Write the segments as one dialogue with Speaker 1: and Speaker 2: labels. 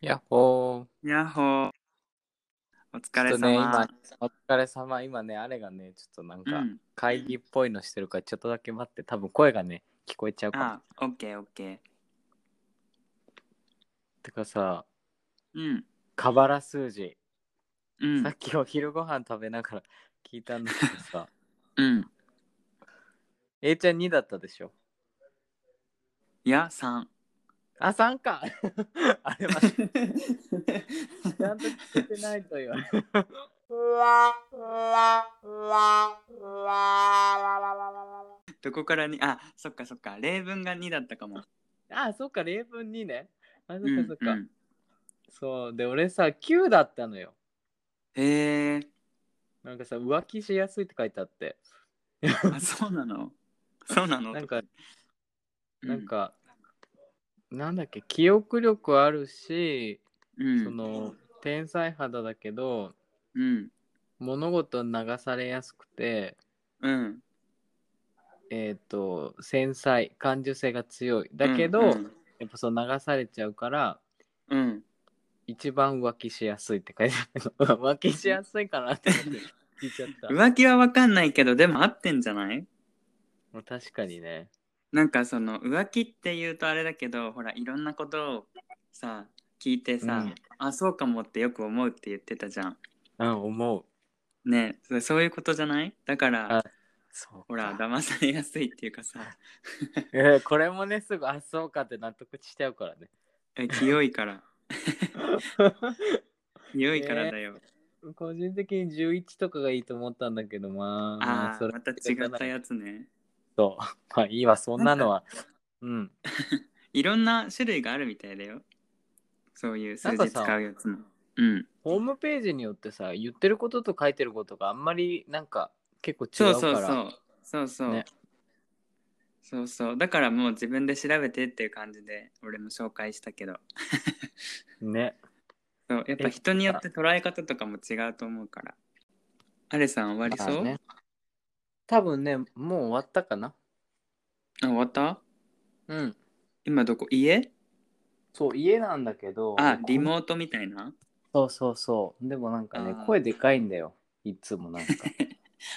Speaker 1: やっほー。
Speaker 2: やっほー。お疲
Speaker 1: ちょ
Speaker 2: れ
Speaker 1: っとね、
Speaker 2: 様
Speaker 1: 今。、お疲れ様。今ね、あれがね、ちょっとなん
Speaker 2: う
Speaker 1: か、
Speaker 2: ん。
Speaker 1: 会議っぽいのしてるから、ちょっとだけ待って、多分声がね、聞こえちゃうかも。
Speaker 2: あ、オッケーオッケ
Speaker 1: てかさ、
Speaker 2: ー。うん。
Speaker 1: カバラ数字、
Speaker 2: うん
Speaker 1: さっ。きお昼ご飯食べながら聞いたんだけどさ、
Speaker 2: うん。
Speaker 1: A ちゃん2だったでしょ。
Speaker 2: いや、3。
Speaker 1: あ、3か あれは、ちゃんと聞けてないと言われる。
Speaker 2: どこからに、あ、そっかそっか。例文が2だったかも。
Speaker 1: あ、そっか、例文2ね。あ、そっ
Speaker 2: う
Speaker 1: か
Speaker 2: ん
Speaker 1: そっか。
Speaker 2: うん
Speaker 1: そう、で、俺さ、9だったのよ。
Speaker 2: へえ。
Speaker 1: なんかさ、浮気しやすいって書いてあって、
Speaker 2: あ、そうなの。そうなの。
Speaker 1: なんか、
Speaker 2: う
Speaker 1: なん、か、なんだっけ、記憶力あるし、
Speaker 2: うん
Speaker 1: その、天才肌だけど、
Speaker 2: うん。
Speaker 1: 物事に流されやすくて、
Speaker 2: うん。
Speaker 1: えっ、と、繊細、感受性が強い。だけど、
Speaker 2: うん
Speaker 1: やっぱそう流されちゃうから、
Speaker 2: うん。うん
Speaker 1: 一番浮気しやすいって書いてあるの。 浮気しやすいか なって思って聞いちゃった。
Speaker 2: 浮気はわかんないけど、でも合ってんじゃない
Speaker 1: もう確かにね。
Speaker 2: なんかその浮気って言うとあれだけどほらいろんなことをさ聞いてさ、
Speaker 1: うん
Speaker 2: あそうかもってよく思うって言ってたじゃん
Speaker 1: うん、思う。
Speaker 2: ねそそういうことじゃないだから
Speaker 1: あそうか。
Speaker 2: ほら騙されやすいっていうかさ
Speaker 1: えー これもね、すぐ、あ、そうかって納得しちゃうからね。
Speaker 2: え清 いから清いからだよ、
Speaker 1: 個人的に11とかがいいと思ったんだけど、まあ、ま
Speaker 2: あ
Speaker 1: あ
Speaker 2: あ
Speaker 1: れ
Speaker 2: また違ったやつね
Speaker 1: と、 まあいいわ、そんなのは。うん。
Speaker 2: いろんな種類があるみたいだよそういう数
Speaker 1: なんか
Speaker 2: 字
Speaker 1: さ
Speaker 2: 使うやつもうん
Speaker 1: ホームページによってさ、言ってることと書いてることがあんまりなんか結構違
Speaker 2: そう
Speaker 1: うか
Speaker 2: そう
Speaker 1: ら。
Speaker 2: そうそうそう、
Speaker 1: ね
Speaker 2: そうそうだからもう自分で調べてっていう感じで俺も紹介したけど
Speaker 1: ね。
Speaker 2: そうやっぱ人によって捉え方とかも違うと思うからアレさん終わり
Speaker 1: ま
Speaker 2: そ
Speaker 1: あ
Speaker 2: う、
Speaker 1: ね。多分ね、もう終わったかな。
Speaker 2: あ終わった
Speaker 1: うん。
Speaker 2: 今どこ家
Speaker 1: そう、家なんだけど。
Speaker 2: あリ
Speaker 1: ー
Speaker 2: モートみたいな
Speaker 1: そうそうそう。でもなんかね
Speaker 2: あー、
Speaker 1: 声でかいんだよ。いつも なんか。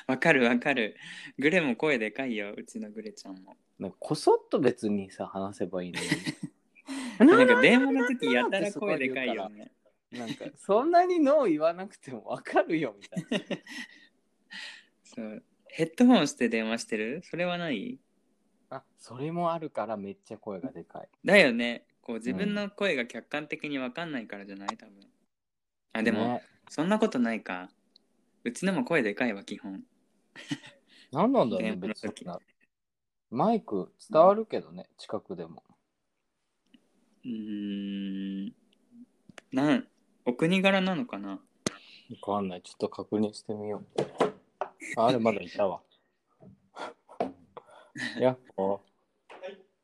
Speaker 2: わかるわかるグレも声でかいようちのグレちゃんも
Speaker 1: なんかこそっと別にさ、話せばいいのに。
Speaker 2: なんか電話の時やたら声でかいよね
Speaker 1: なんかそんなにノー言わなくてもわかるよみたいな。
Speaker 2: そうヘッドホンして電話してるそれはない
Speaker 1: あそれもあるからめっちゃ声がでかい。
Speaker 2: だよねこう自分の声が客観的にわかんないからじゃない多分あでも、
Speaker 1: ね、
Speaker 2: そんなことないか。うちのも声でかいわ、基本。
Speaker 1: 何なんだろうね
Speaker 2: 電話の
Speaker 1: 別に
Speaker 2: 時
Speaker 1: な。マイク伝わるけどね、近くでも。
Speaker 2: うーん。なん、お国柄なのかな
Speaker 1: わかんない。ちょっと確認してみよう。ああれまだいた わ。やっほ。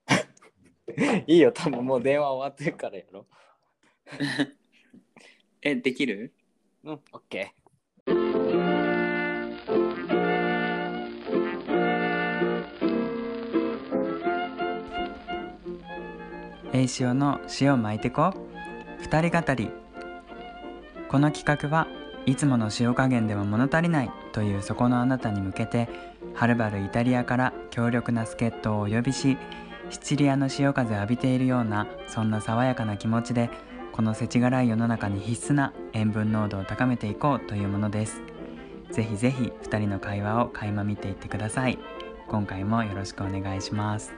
Speaker 1: いいよ、多分もう電話終わってるからやろ。
Speaker 2: え、できる
Speaker 1: うん、オッケー。
Speaker 2: えい塩の塩巻いてこ二人語りこの企画はいつもの塩加減では物足りないというそこのあなたに向けてはるばるイタリアから強力な助っ人をお呼びしシチリアの潮風を浴びているようなそんな爽やかな気持ちでこの世知辛い世の中に必須な塩分濃度を高めていこうというものですぜひぜひ二人の会話を垣間見ていってください今回もよろしくお願いします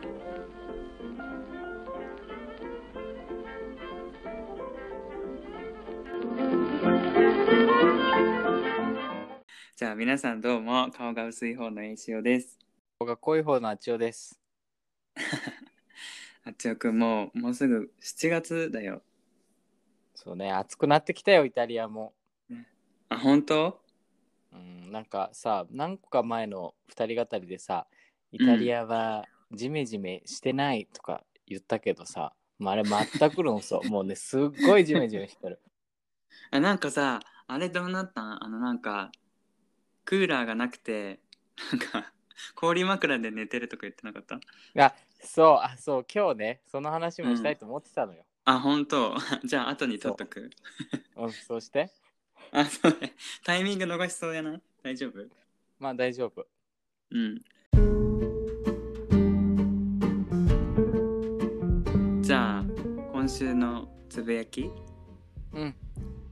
Speaker 2: じゃあ皆さんどうも顔が薄い方の栄潮です。
Speaker 1: 僕が濃い方のあちおです。
Speaker 2: あっちおくんもうもうすぐ7月だよ。
Speaker 1: そうね、暑くなってきたよ、イタリアも。
Speaker 2: あ本当？
Speaker 1: うん、なんかさ何個か前の2人語りでさイタリアはジメジメしてないとか言ったけどさ、まあ、あれ全く論争もうねすっごいジメジメしてる
Speaker 2: あなんかさあれどうなったん？あのなんかクーラーがなくてなんか氷枕で寝てるとか言ってなかった？
Speaker 1: あそうあそう今日ねその話もしたいと思ってたのよ、
Speaker 2: あ本当じゃあ後に取っとく
Speaker 1: うん、そうして
Speaker 2: あそうねタイミング逃しそうやない大丈夫
Speaker 1: まあ大丈夫
Speaker 2: うんじゃあ今週のつぶやき
Speaker 1: うん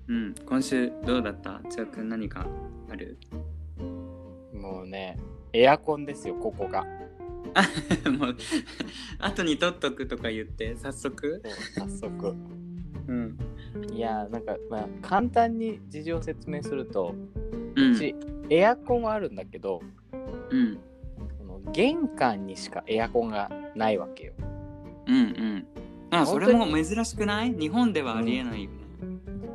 Speaker 2: うん今週どうだったつよくん何かある
Speaker 1: もうねエアコンですよここが
Speaker 2: もう 後に取っとくとか言って早速
Speaker 1: そう早速
Speaker 2: うん
Speaker 1: いやーなんか、まあ、簡単に事情を説明すると
Speaker 2: う
Speaker 1: うんちエアコンはあるんだけど
Speaker 2: うん
Speaker 1: その玄関にしかエアコンがないわけよ
Speaker 2: うんうんあそ
Speaker 1: 本当
Speaker 2: れ
Speaker 1: に
Speaker 2: も珍しくない日本ではありえないよね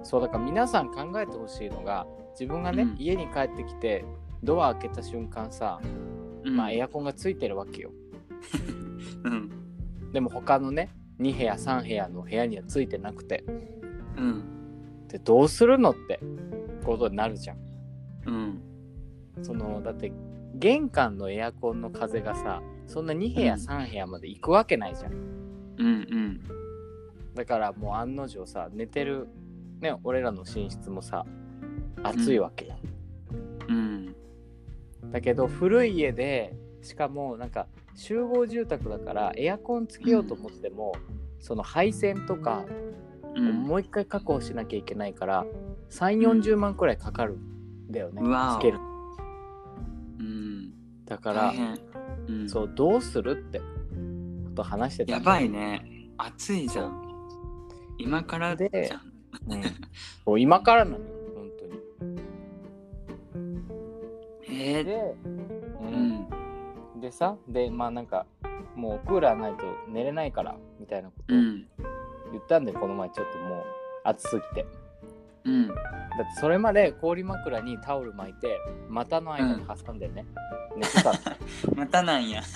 Speaker 1: そうだから皆さん考えてほしいのが自分がね、
Speaker 2: うん
Speaker 1: 家に帰ってきてドア開けた瞬間さ、
Speaker 2: うん
Speaker 1: まあ、エアコンがついてるわけよ
Speaker 2: うん
Speaker 1: でも他のね2部屋3部屋の部屋にはついてなくて
Speaker 2: うん
Speaker 1: でどうするのってことになるじゃん
Speaker 2: うん
Speaker 1: そのだって玄関のエアコンの風がさそんな2部屋
Speaker 2: うん
Speaker 1: 3部屋まで行くわけないじゃん、
Speaker 2: うんうん
Speaker 1: だからもう案の定さ寝てるね俺らの寝室もさ暑いわけよ、
Speaker 2: うん
Speaker 1: だけど古い家でしかもなんか集合住宅だからエアコンつけようと思っても、その配線とか
Speaker 2: うん
Speaker 1: もう一回確保しなきゃいけないから3 4 0万くらいかかるんだよね、
Speaker 2: うわお
Speaker 1: つける
Speaker 2: うん
Speaker 1: だから
Speaker 2: 大変うん
Speaker 1: そうどうするってこと話してた
Speaker 2: やばいね。暑いじゃん。今からじ
Speaker 1: で
Speaker 2: ゃん。
Speaker 1: うんそう今からなのよ本当に
Speaker 2: えー、
Speaker 1: で、う
Speaker 2: うんん。
Speaker 1: でさでまあなんかもうクーラーないと寝れないからみたいなこと
Speaker 2: う
Speaker 1: を
Speaker 2: ん。
Speaker 1: 言ったんで、この前ちょっともう暑すぎて
Speaker 2: うん。
Speaker 1: だってそれまで氷枕にタオル巻いて股の間に挟んでね、寝て たの
Speaker 2: またなんや。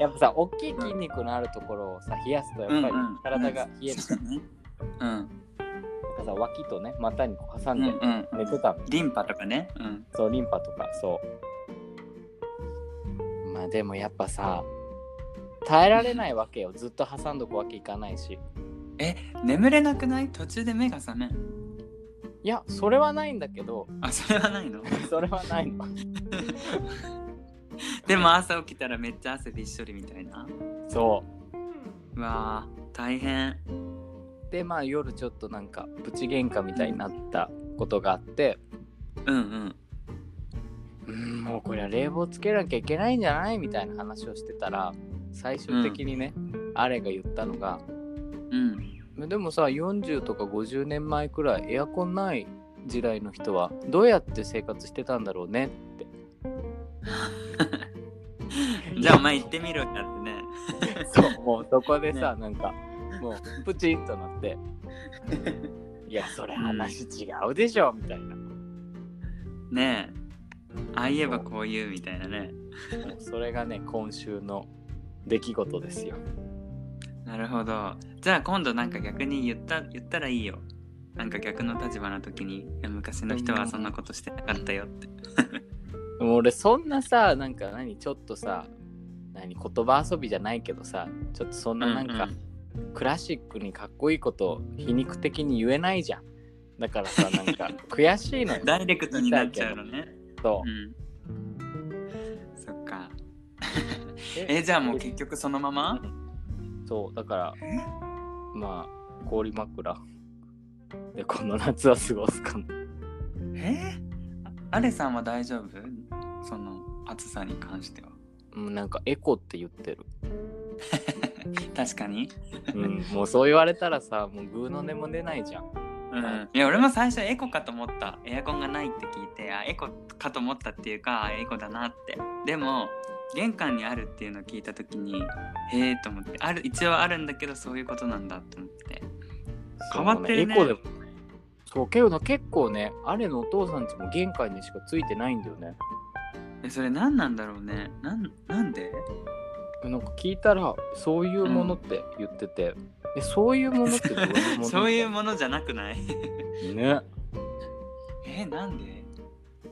Speaker 1: やっぱさ大きい筋肉のあるところをさ冷やすとやっぱり体が冷える、
Speaker 2: そうね。うん。
Speaker 1: なんかさ脇とね股にこう挟
Speaker 2: うん
Speaker 1: で
Speaker 2: ん。うん。
Speaker 1: 寝てたの、
Speaker 2: リンパとかね。うん。
Speaker 1: そうリンパとかそうまあでもやっぱさ耐えられないわけよずっと挟んどくわけいかないし
Speaker 2: 眠れなくない途中で目が覚めん。
Speaker 1: いやそれはないんだけど
Speaker 2: あ、それはないの
Speaker 1: それはないの
Speaker 2: でも朝起きたらめっちゃ汗びっしょりみたいな。
Speaker 1: そう
Speaker 2: わあ、大変。
Speaker 1: うでまあ夜ちょっとなんかプチ喧嘩みたいになったことがあって、
Speaker 2: うんうん。
Speaker 1: うんもうこれは冷房つけなきゃいけないんじゃないみたいな話をしてたら最終的にね、あれが言ったのが
Speaker 2: うん。
Speaker 1: でもさ40とか50年前くらいエアコンない時代の人はどうやって生活してたんだろうねって
Speaker 2: じゃあお前行ってみろだってね。
Speaker 1: そう もうそこでさ、なんかもうプチンとな って「いやそれ話違うでしょ」みたいなも
Speaker 2: ねえ。ああ言えばこう言うみたいなね。
Speaker 1: うそれがね今週の出来事ですよ
Speaker 2: なるほど。じゃあ今度なんか逆に言った言ったらいいよ。なんか逆の立場の時にいや昔の人はそんなことしてなかったよって。
Speaker 1: でも俺そんなさなんか何ちょっとさ何言葉遊びじゃないけどさちょっとそんななんか、クラシックにかっこいいことを皮肉的に言えないじゃんだからさなん か悔しいのよ
Speaker 2: ダイレクトになっちゃうのね。。
Speaker 1: そううん
Speaker 2: そっか。え、じゃあもう結局そのまま
Speaker 1: そうだからまあ氷枕でこの夏は過ごすかも
Speaker 2: えあアレさんは大丈夫その暑さに関しては。
Speaker 1: うんなんかエコって言ってる、
Speaker 2: 確かに。
Speaker 1: うん、もうそう言われたらさもうグーの音も出ないじゃん
Speaker 2: うん。いや、俺も最初エコかと思った。エアコンがないって聞いて、あ、エコかと思ったっていうか、あエコだなって。でも、玄関にあるっていうのを聞いたときに、へえと思って、ある、一応あるんだけど、そういうことなんだと思って。変わってるね
Speaker 1: そうエコでもそうけど結構ねあれのお父さんちも玄関にしかついてないんだよね
Speaker 2: え、それ何なんだろうね。なん、なんで
Speaker 1: なんか聞いたらそういうものって言ってて、えそういうものってどういうもの
Speaker 2: そういうものじゃなくない
Speaker 1: ね
Speaker 2: え、なんで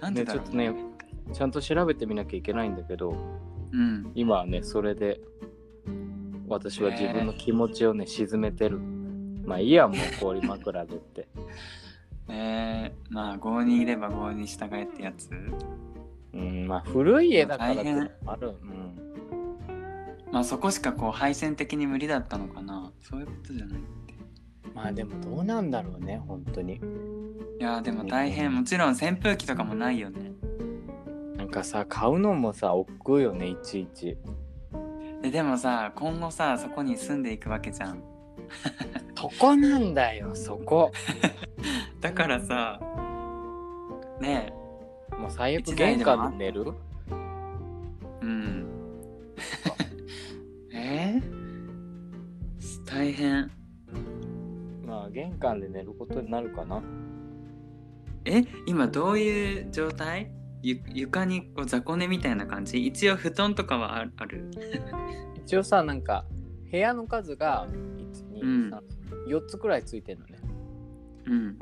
Speaker 2: なんでだろう
Speaker 1: ねちょっちゃんと調べてみなきゃいけないんだけど
Speaker 2: うん。
Speaker 1: 今はねそれで私は自分の気持ちをね沈めてるまあいいやもう氷枕でって
Speaker 2: えー、まあ郷にいれば郷に従えってやつ
Speaker 1: うんまあ古い家だからっていうのもある、う
Speaker 2: まあそこしかこう配線的に無理だったのかなそういうことじゃない
Speaker 1: ん、まあでもどうなんだろうね本当に
Speaker 2: いやーでも大変もちろん扇風機とかもないよね
Speaker 1: なんかさ買うのもさ億劫よねいちいち
Speaker 2: ででもさ今後さそこに住んでいくわけじゃん
Speaker 1: そこなんだよそこ
Speaker 2: だからさね
Speaker 1: もう最悪
Speaker 2: 一台
Speaker 1: 玄
Speaker 2: でもあ
Speaker 1: 関で寝る
Speaker 2: えうん えー、大変
Speaker 1: まあ玄関で寝ることになるかな
Speaker 2: え今どういう状態ゆ床にこう雑魚寝みたいな感じ一応布団とかはあある
Speaker 1: 一応さなんか部屋の数が
Speaker 2: うん
Speaker 1: 1234つくらいついてるのね
Speaker 2: うん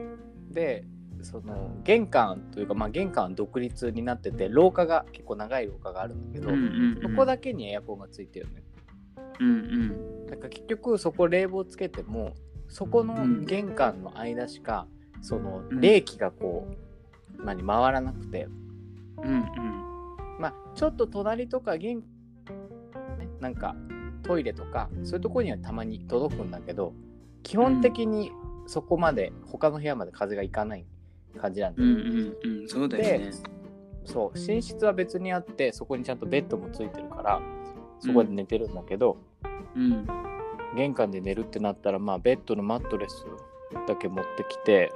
Speaker 1: でその玄関というか、まあ、玄関は独立になってて廊下が結構長い廊下があるんだけど、
Speaker 2: うんうんう
Speaker 1: そ
Speaker 2: ん
Speaker 1: こだけにエアコンがついてるのね
Speaker 2: うんうん
Speaker 1: だから結局そこ冷房つけてもそこ
Speaker 2: う
Speaker 1: の
Speaker 2: ん
Speaker 1: 玄関の間しかその
Speaker 2: うん
Speaker 1: 冷気がこう、何回らなくて
Speaker 2: うんうん
Speaker 1: まあちょっと隣とか玄ねなんかトイレとかそういうところにはたまに届くんだけど基本的にそこまで他の部屋まで風がいかない感じなんだ
Speaker 2: う
Speaker 1: よね
Speaker 2: んうんうんそうだよね
Speaker 1: そう寝室は別にあってそこにちゃんとベッドもついてるからそこで寝てるんだけど、
Speaker 2: うん
Speaker 1: 玄関で寝るってなったらまあベッドのマットレスだけ持ってきて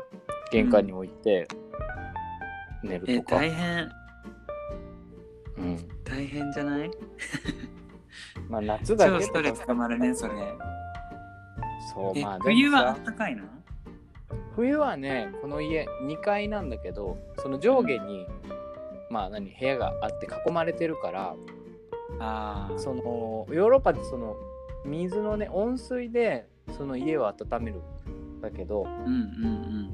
Speaker 1: 玄関に置いて寝る
Speaker 2: え
Speaker 1: とか、
Speaker 2: 大変
Speaker 1: うん
Speaker 2: 大変じゃない
Speaker 1: まあ夏だ
Speaker 2: 超
Speaker 1: け
Speaker 2: ストレ
Speaker 1: ど
Speaker 2: ス溜まるねそれ
Speaker 1: そう
Speaker 2: え
Speaker 1: まあでもさ
Speaker 2: 冬はあったかいの
Speaker 1: 冬はねこの家2階なんだけどその上下に、まあ何部屋があって囲まれてるから
Speaker 2: ああ
Speaker 1: そのヨーロッパってその水のね温水でその家を温めるんだけど
Speaker 2: うんうん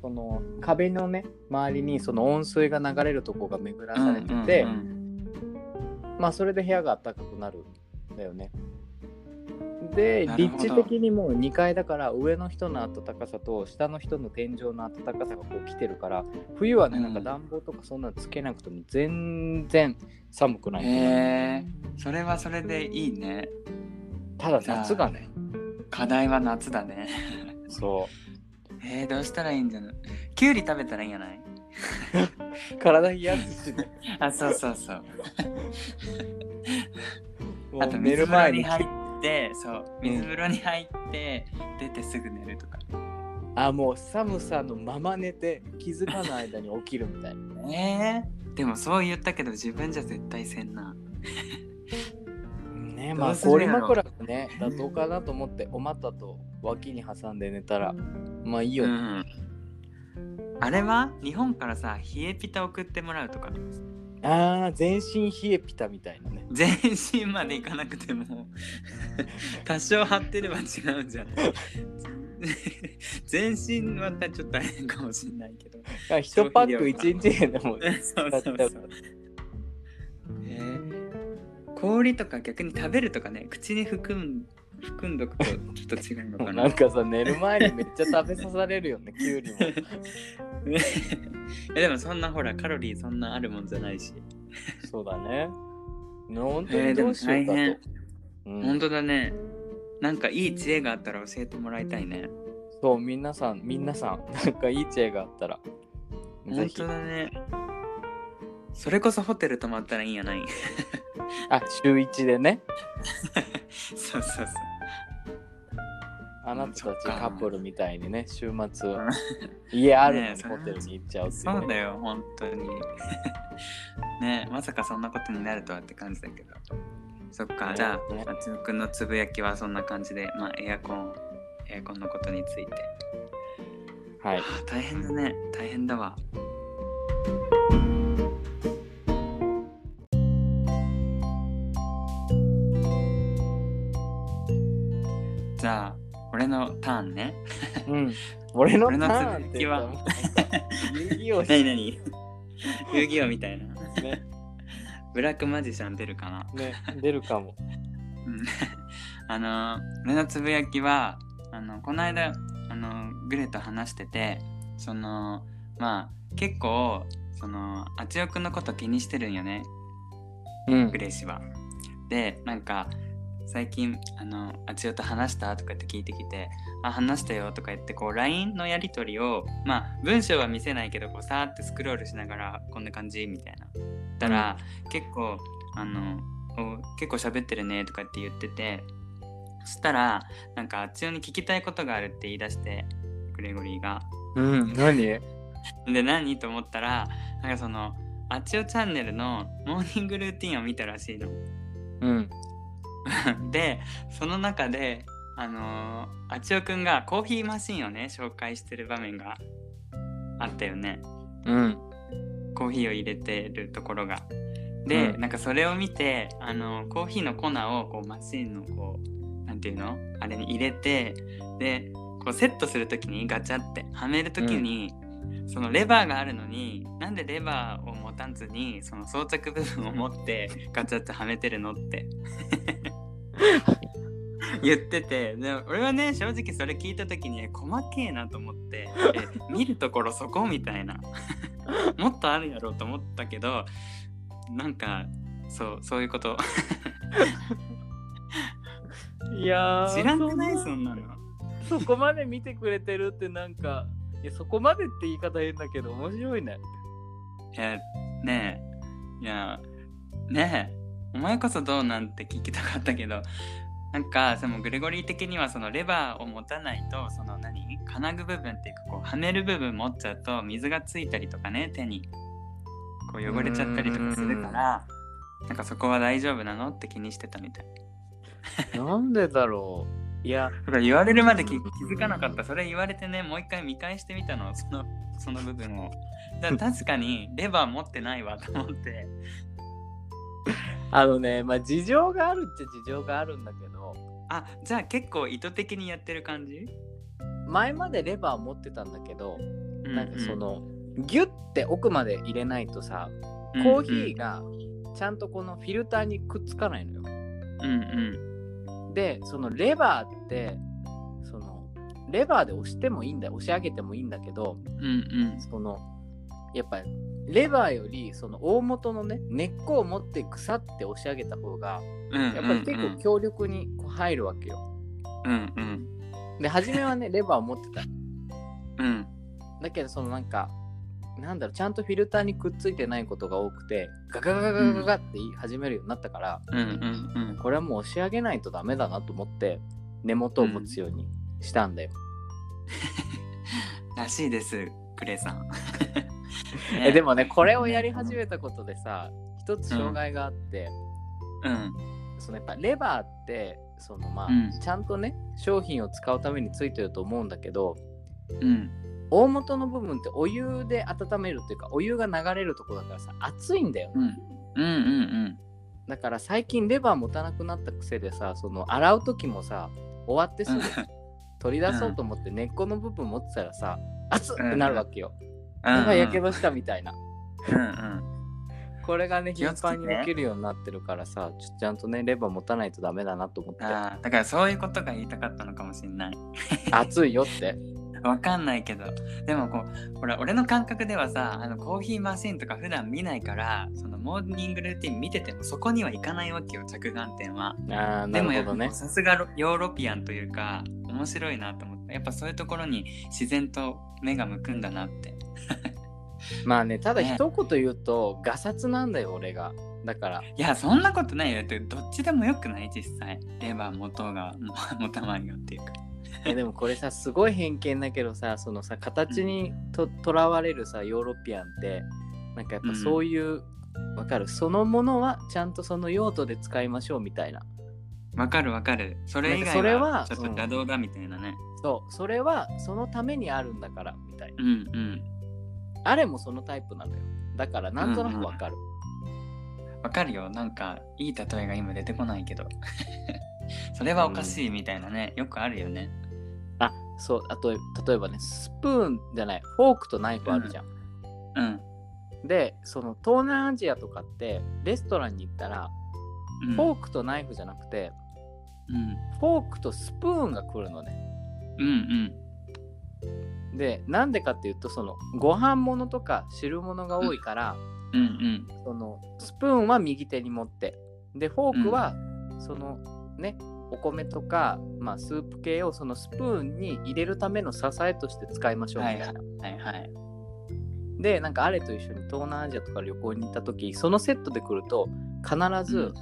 Speaker 1: その壁のね周りにその温水が流れるとこが巡ら
Speaker 2: う
Speaker 1: さ
Speaker 2: ん
Speaker 1: れてて、
Speaker 2: うんうん
Speaker 1: まあそれで部屋が暖かくなるんだよね。で
Speaker 2: なるほ
Speaker 1: 立
Speaker 2: ど
Speaker 1: 地的にもう2階だから上の人の暖かさと下の人の天井の暖かさがこう来てるから冬はね、
Speaker 2: うん
Speaker 1: なんか暖房とかそんなのつけなくても全然寒くない、
Speaker 2: へえそれはそれでいいね
Speaker 1: ただ夏がね
Speaker 2: 課題は夏だね
Speaker 1: そ
Speaker 2: えー、どうしたらいいんじゃないきゅうり食べたらいいんじゃないう
Speaker 1: 体冷やすしね
Speaker 2: あそうそうそう
Speaker 1: も
Speaker 2: あ
Speaker 1: う
Speaker 2: と
Speaker 1: 寝
Speaker 2: 水
Speaker 1: る
Speaker 2: 風呂
Speaker 1: 前
Speaker 2: に
Speaker 1: に
Speaker 2: 入ってそう水風呂に入って出てすぐ寝るとか
Speaker 1: あもう寒さのまま寝て気づかない間に起きるみたいな
Speaker 2: えー、でもそう言ったけど自分じゃ絶対せんな
Speaker 1: ね
Speaker 2: ど
Speaker 1: ま
Speaker 2: う
Speaker 1: あ
Speaker 2: する
Speaker 1: 氷
Speaker 2: やろ
Speaker 1: 枕もね妥当かなと思ってお股と脇に挟んで寝たらまあいいよね、
Speaker 2: うんあれは日本からさ冷えピタ送ってもらうとか
Speaker 1: あー全身冷えピタみたいな ね
Speaker 2: 全身までいかなくても多少張ってれば違うんじゃない全身はちょっと大変かもしれないけど
Speaker 1: 一パック一日で も
Speaker 2: そうそうそう、えー氷とか逆に食べるとかね口に含む含んどくとちょっと違うの
Speaker 1: も
Speaker 2: か
Speaker 1: うな
Speaker 2: なん
Speaker 1: かさ寝る前にめっちゃ食べさされるよねきゅうりも
Speaker 2: ねえでもそんなほらカロリーそんなあるもんじゃないし、
Speaker 1: そうだねね本当
Speaker 2: えー
Speaker 1: に
Speaker 2: で
Speaker 1: ど
Speaker 2: も
Speaker 1: うしよ
Speaker 2: 大
Speaker 1: うかと、
Speaker 2: 変
Speaker 1: うん
Speaker 2: 本当だねなんかいい知恵があったら教えてもらいたいね
Speaker 1: そう皆さん皆さんなんかいい知恵があったらぜ
Speaker 2: 本
Speaker 1: ひ
Speaker 2: 当だねそれこそホテル泊まったらいいんやない
Speaker 1: あ週一でね
Speaker 2: そうそうそう
Speaker 1: あなたたち
Speaker 2: そっか
Speaker 1: カップルみたいにね週末家あるの
Speaker 2: ねえ
Speaker 1: に
Speaker 2: それ
Speaker 1: ホテルに行っちゃうっていうね、
Speaker 2: そうだよ本当に ねまさかそんなことになるとはって感じだけどそっかじゃあ
Speaker 1: ね
Speaker 2: 松尾くんのつぶやきはそんな感じで、まあ、エアコンエアコンのことについて、
Speaker 1: はい
Speaker 2: あー大変だね大変だわじゃあ俺のターンね
Speaker 1: うん俺の
Speaker 2: 俺の
Speaker 1: ターンっ
Speaker 2: 続
Speaker 1: て
Speaker 2: き
Speaker 1: 言
Speaker 2: は
Speaker 1: うと遊戯王
Speaker 2: 何何 遊戯王みたいな
Speaker 1: ね
Speaker 2: ブラックマジシャン出るかな
Speaker 1: ね出るかも
Speaker 2: うんあのー、俺のつぶやきは、あのこの間あのグレと話しててそのまあ結構その圧力のこと気にしてるんよね
Speaker 1: うん
Speaker 2: グレイ氏は。でなんか最近あの「あつよと話した?」とかって聞いてきて「あ話したよ」とか言ってこう LINE のやり取りをまあ文章は見せないけどこうさーってスクロールしながらこんな感じみたいな。たら、結構あのお結構喋ってるねとかって言っててそしたらなんかあつよに聞きたいことがあるって言い出してグレゴリーが。
Speaker 1: うん何
Speaker 2: で何と思ったらなんかその「あちよチャンネル」のモーニングルーティンを見たらしいの。
Speaker 1: うん
Speaker 2: でその中であのー、あちおくんがコーヒーマシンをね紹介してる場面があったよね
Speaker 1: うん
Speaker 2: コーヒーを入れてるところが。で、
Speaker 1: うん
Speaker 2: なんかそれを見てあのーコーヒーの粉をこうマシンのこうなんていうのあれに入れてでこうセットする時にガチャってはめる時に、そのレバーがあるのになんでレバーを持たずにその装着部分を持ってガチャってはめてる のって言っててで俺はね正直それ聞いた時にえ細けえなと思ってえ見るところそこみたいな もっとあるやろうと思ったけどなんかそうそういうこと
Speaker 1: いやー
Speaker 2: 知らんくない
Speaker 1: そ
Speaker 2: そんなの
Speaker 1: そこまで見てくれてるってなんかいやそこまでって言い方変だけど面白いね
Speaker 2: いやねえいやねえお前こそどうなんて聞きたかったけどなんかそのグレゴリー的にはそのレバーを持たないとその何金具部分っていうかこうはめる部分持っちゃうと水がついたりとかね手にこう汚れちゃったりとかするからなんかそこは大丈夫なのって気にしてたみたい
Speaker 1: なんでだろういや
Speaker 2: だから言われるまで気気づかなかったそれ言われてねもう一回見返してみたのそのその部分をだから確かにレバー持ってないわと思って
Speaker 1: あのねまあ事情があるっちゃ事情があるんだけど
Speaker 2: あじゃあ結構意図的にやってる感じ、
Speaker 1: 前までレバー持ってたんだけど
Speaker 2: う
Speaker 1: なんかそ、のギュッて奥まで入れないとさ
Speaker 2: うん
Speaker 1: コーヒー、がちゃんとこのフィルターにくっつかないのよ。
Speaker 2: うんうん
Speaker 1: でそのレバーってそのレバーで押してもいいんだ押し上げてもいいんだけど
Speaker 2: うんうん
Speaker 1: そのやっぱレバーよりその大元のね根っこを持ってグサって押し上げた方が
Speaker 2: うんうんうん
Speaker 1: やっぱり結構強力にこう入るわけよ。
Speaker 2: うんうん
Speaker 1: で初めはねレバーを持ってた。
Speaker 2: うん
Speaker 1: だけどそのなんかなんだろうちゃんとフィルターにくっついてないことが多くてガガガガガガガって言い始めるようになったから、
Speaker 2: うんうんうん
Speaker 1: これはもう押し上げないとダメだなと思って根元を持つようにしたんだよ。
Speaker 2: らしいですクレ イさん
Speaker 1: えでもねこれをやり始めたことでさ一つ障害があって、
Speaker 2: うん
Speaker 1: そのやっぱレバーってそのまあ、
Speaker 2: うん
Speaker 1: ちゃんとね商品を使うためについてると思うんだけど
Speaker 2: うん
Speaker 1: 大元の部分ってお湯で温めるっていうかお湯が流れるとこだからさ熱いんだよね
Speaker 2: うんうんうん
Speaker 1: だから最近レバー持たなくなった癖でさその洗う時もさ終わってすぐ取り出そうと思って根っこの部分持ってたらさ熱っってなるわけよ。なんかやけ
Speaker 2: ば
Speaker 1: どしたみたいな。
Speaker 2: うんうん
Speaker 1: これがね、
Speaker 2: 気
Speaker 1: 頻
Speaker 2: をつけて
Speaker 1: 繁に起きるようになってるからさ、ちょっとちゃんとね、レバー持たないとダメだなと思って、
Speaker 2: あーだからそういうことが言いたかったのかもしれない
Speaker 1: 暑いよって。
Speaker 2: わかんないけどでもこうほら俺の感覚ではさあのコーヒーマシンとか普段見ないからそのモーニングルーティン見ててもそこには行かないわけよ着眼点は。
Speaker 1: ああ、
Speaker 2: で
Speaker 1: な
Speaker 2: も
Speaker 1: るほ
Speaker 2: やっぱ
Speaker 1: どね。
Speaker 2: さすがロヨーロピアンというか面白いなと思ってやっぱそういうところに自然と目が向くんだなって。
Speaker 1: まあね、ただ
Speaker 2: ね
Speaker 1: 一言言うと、ガサツなんだよ、俺が。だから、
Speaker 2: いやそんなことないよだってどっちでもよくない実際レバー持とうが も持たまいよっていうか。
Speaker 1: えでもこれさ、すごい偏見だけどさ、そのさ、形にととらわれるさ、ヨーロピアンって、なんかやっぱそういう、わかる、そのものはちゃんとその用途で使いましょうみたいな。
Speaker 2: わかるわかるそれ以
Speaker 1: なんかそれ
Speaker 2: 外
Speaker 1: は
Speaker 2: はちょっと邪道だみたいなね。
Speaker 1: そう、それはそのためにあるんだから、みたいな。
Speaker 2: うんうん
Speaker 1: あれもそのタイプなのよ。だから、なんとなくわかる。
Speaker 2: わかるよなんかいい例えが今出てこないけど それはおかしいみたいなね、よくあるよね
Speaker 1: あそうあと例えばねスプーンじゃないフォークとナイフあるじゃん、
Speaker 2: うん
Speaker 1: でその東南アジアとかってレストランに行ったら
Speaker 2: うん
Speaker 1: フォークとナイフじゃなくて
Speaker 2: うん
Speaker 1: フォークとスプーンが来るのね
Speaker 2: うんうん
Speaker 1: でなんでかっていうとそのご飯物とか汁物が多いから、
Speaker 2: うんうん
Speaker 1: そのスプーンは右手に持ってでフォークはそのね、お米とか、まあ、スープ系をそのスプーンに入れるための支えとして使いましょうみた
Speaker 2: は
Speaker 1: い
Speaker 2: い
Speaker 1: な。
Speaker 2: はいはいはい
Speaker 1: でなんかあれと一緒に東南アジアとか旅行に行った時そのセットで来ると必ず、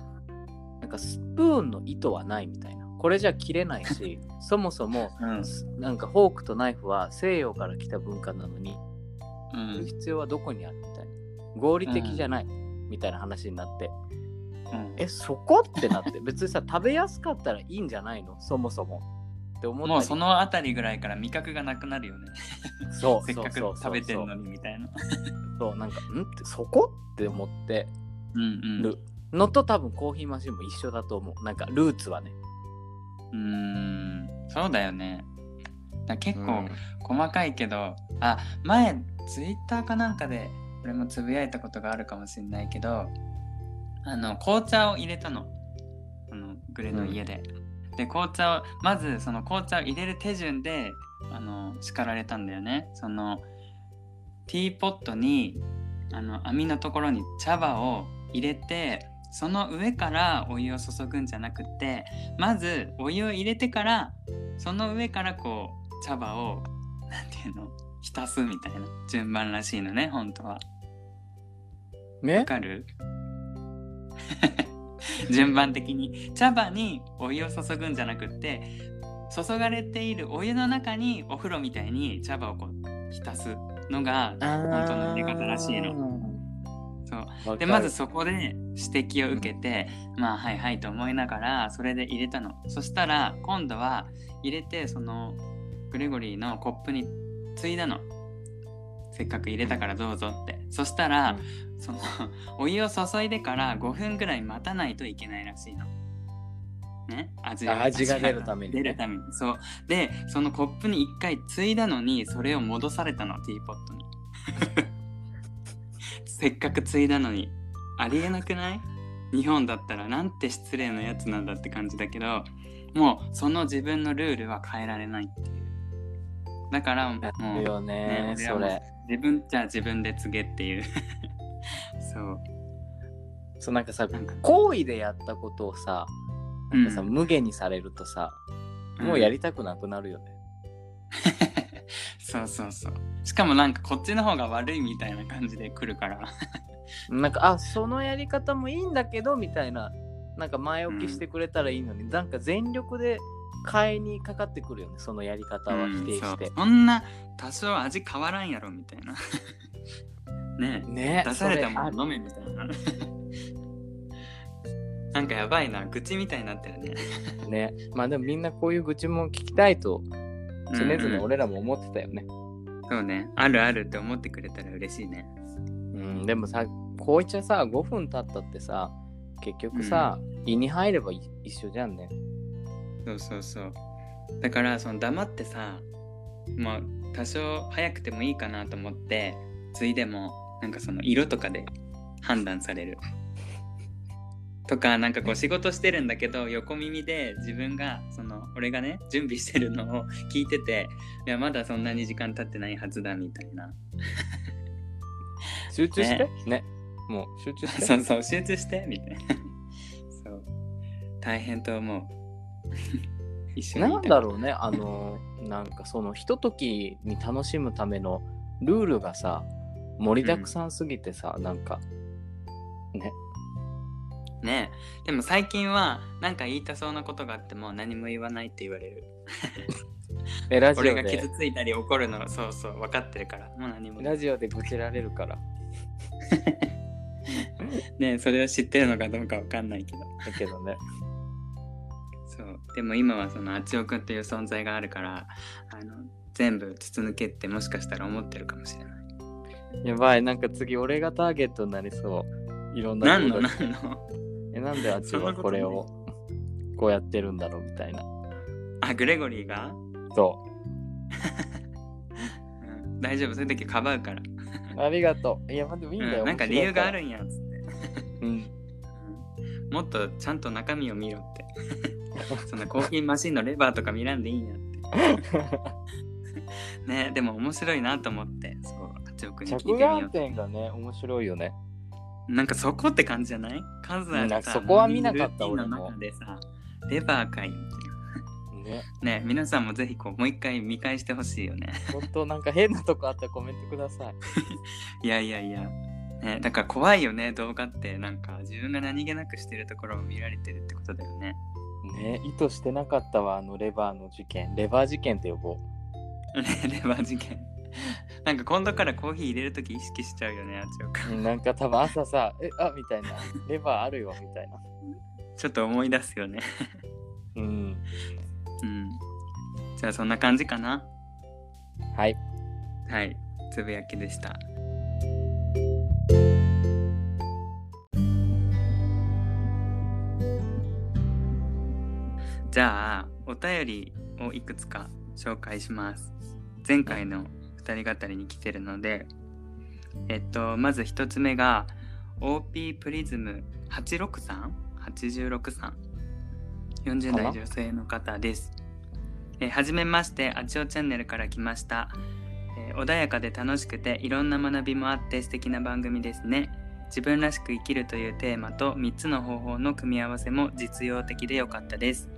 Speaker 1: なんかスプーンの糸はないみたいなこれじゃ切れないしそもそも
Speaker 2: うん
Speaker 1: すなんかフォークとナイフは西洋から来た文化なのに
Speaker 2: うん
Speaker 1: 必要はどこにあるみたいな合理的じゃない、みたいな話になって
Speaker 2: うん
Speaker 1: えそこってなって 別にさ食べやすかったらいいんじゃないのそもそもって思ったり
Speaker 2: もうそのあたりぐらいから味覚がなくなるよね
Speaker 1: そう
Speaker 2: せっかく
Speaker 1: そうそうそう
Speaker 2: 食べてるのにみたいな
Speaker 1: そうなんかんってそこって思って
Speaker 2: うんうん
Speaker 1: るのと多分コーヒーマシンも一緒だと思うなんかルーツはね、
Speaker 2: うーんそうだよねだ結構細かいけど、あ前ツイッターかなんかで俺もつぶやいたことがあるかもしれないけどあの紅茶を入れたのあのグレの家で、で紅茶をまずその紅茶を入れる手順であの叱られたんだよねそのティーポットにあの網のところに茶葉を入れてその上からお湯を注ぐんじゃなくてまずお湯を入れてからその上からこう茶葉をなんていうの浸すみたいな順番らしいのね本当は
Speaker 1: ね
Speaker 2: わかる順番的に茶葉にお湯を注ぐんじゃなくって注がれているお湯の中にお風呂みたいに茶葉をこう浸すのが本当の入れ方らしいの
Speaker 1: の
Speaker 2: そう
Speaker 1: そう
Speaker 2: でまずそこで指摘を受けて、まあはいはいと思いながらそれで入れたのそしたら今度は入れてそのグレゴリーのコップについだのせっかく入れたからどうぞってそしたら、そのお湯を注いでから5分ぐらい待たないといけないらしいの。ね、味
Speaker 1: あ味が出るためにね
Speaker 2: 出るためにそうでそのコップに1回ついだのにそれを戻されたのティーポットに せっかくついだのにありえなくない日本だったらなんて失礼なやつなんだって感じだけどもうその自分のルールは変えられないっていうだからも
Speaker 1: ある
Speaker 2: う
Speaker 1: よね
Speaker 2: ね俺は
Speaker 1: そ
Speaker 2: もう
Speaker 1: れ
Speaker 2: 自分じゃ自分で告げっていう そう
Speaker 1: そうなんかさ
Speaker 2: なんか
Speaker 1: 行為でやったことをさなんかさ、
Speaker 2: うん
Speaker 1: 無限にされるとさもうやりたくなくなるよね、
Speaker 2: そうそうそうしかもなんかこっちの方が悪いみたいな感じで来るから
Speaker 1: なんかあそのやり方もいいんだけどみたいななんか前置きしてくれたらいいのに、なんか全力で買いにかかってくるよねそのやり方は否定
Speaker 2: うんそ
Speaker 1: し
Speaker 2: う
Speaker 1: て、
Speaker 2: そんな多少味変わらんやろみたい なね
Speaker 1: ね
Speaker 2: え出されたも
Speaker 1: そ
Speaker 2: の飲めみたいななんかやばいな愚痴みたいになったよね
Speaker 1: あねまあでもみんなこういう愚痴も聞きたいと常
Speaker 2: うんうん
Speaker 1: 々俺らも思ってたよね、
Speaker 2: そうねあるあるって思ってくれたら嬉しいね
Speaker 1: うん、でもさ紅茶さ5分経ったってさ結局さ、胃に入ればい一緒じゃんね
Speaker 2: そうそうそうだからその黙ってさまあ多少早くてもいいかなと思ってついでもなんかその色とかで判断されるとかなんかこう仕事してるんだけど横耳で自分がその俺がね準備してるのを 聞いてていやまだそんなに時間経ってないはずだみた いな
Speaker 1: 集中してねもう集中 して
Speaker 2: そうそう集中してみたいなそう大変と思う 一緒にい
Speaker 1: なん
Speaker 2: た
Speaker 1: だろうねあのなんかそのひとときに楽しむためのルールがさ盛りだくさんすぎてさ、なんか
Speaker 2: ねえでも最近はなんか言いたそうなことがあっても何も言わないって言われる
Speaker 1: えラジオ
Speaker 2: 俺が傷
Speaker 1: で
Speaker 2: ついたり怒るのそうそう分かってるからもう何も
Speaker 1: ラジオで愚痴られるから
Speaker 2: ねえそれを知ってるのかどうか分かんないけど
Speaker 1: だけ どね
Speaker 2: そうでも今はそのあちおくんという存在があるからあの全部筒抜けってもしかしたら思ってるかもしれない
Speaker 1: やばいなんか次俺がターゲットになりそういろんな
Speaker 2: 何
Speaker 1: こ
Speaker 2: の
Speaker 1: と
Speaker 2: 何の
Speaker 1: えなんであっちはこれをこうやってるんだろうみたいな
Speaker 2: あグレゴリーが、
Speaker 1: そ
Speaker 2: うん、大丈夫そういう時かばうから
Speaker 1: うありがとういやまあでもいいんだよ、
Speaker 2: うん、なんか理由があ
Speaker 1: 面
Speaker 2: るんやっつって
Speaker 1: 白いから うん
Speaker 2: う んもっとちゃんと中身を見ろってそんなコーヒーマシンのレバーとか見らんでいいんやってねでも面白いなと思ってそう八億に聞いて
Speaker 1: 着
Speaker 2: みよ
Speaker 1: 眼点がね、面白いよね。
Speaker 2: うなんかそこって感じじゃないカズ
Speaker 1: う
Speaker 2: ア
Speaker 1: んなん
Speaker 2: が
Speaker 1: か
Speaker 2: さ
Speaker 1: そこは見なかった
Speaker 2: モーニングルーティンの
Speaker 1: 俺
Speaker 2: 中
Speaker 1: も
Speaker 2: でさレバーかいみたいな
Speaker 1: ね、
Speaker 2: ね皆さんもぜひこうもう一回見返してほしいよね
Speaker 1: 本当なんか変なとこあったらコメントください。
Speaker 2: いやいやいやね、だから怖いよね動画ってなんか自分が何気なくしてるところを見られてるってことだよね
Speaker 1: ね、意図してなかったわ、あのレバーの事件。レバー事件って呼ぼう。
Speaker 2: レバー事件なんか今度からコーヒー入れるとき意識しちゃうよねあちょか
Speaker 1: うんなんか多分朝さ、え、あみたいな、レバーあるよみたいな。
Speaker 2: ちょっと思い出すよね
Speaker 1: うん。
Speaker 2: うんじゃあそんな感じかな
Speaker 1: はい。
Speaker 2: はいつぶやきでしたじゃあお便りをいくつか紹介します前回の2人語りに来てるのでえっとまず1つ目が OP プリズム 863?86 さん40代女性の方ですえーはじめましてあちおチャンネルから来ましたえー穏やかで楽しくていろんな学びもあって素敵な番組ですね自分らしく生きるというテーマと3つの方法の組み合わせも実用的で良かったです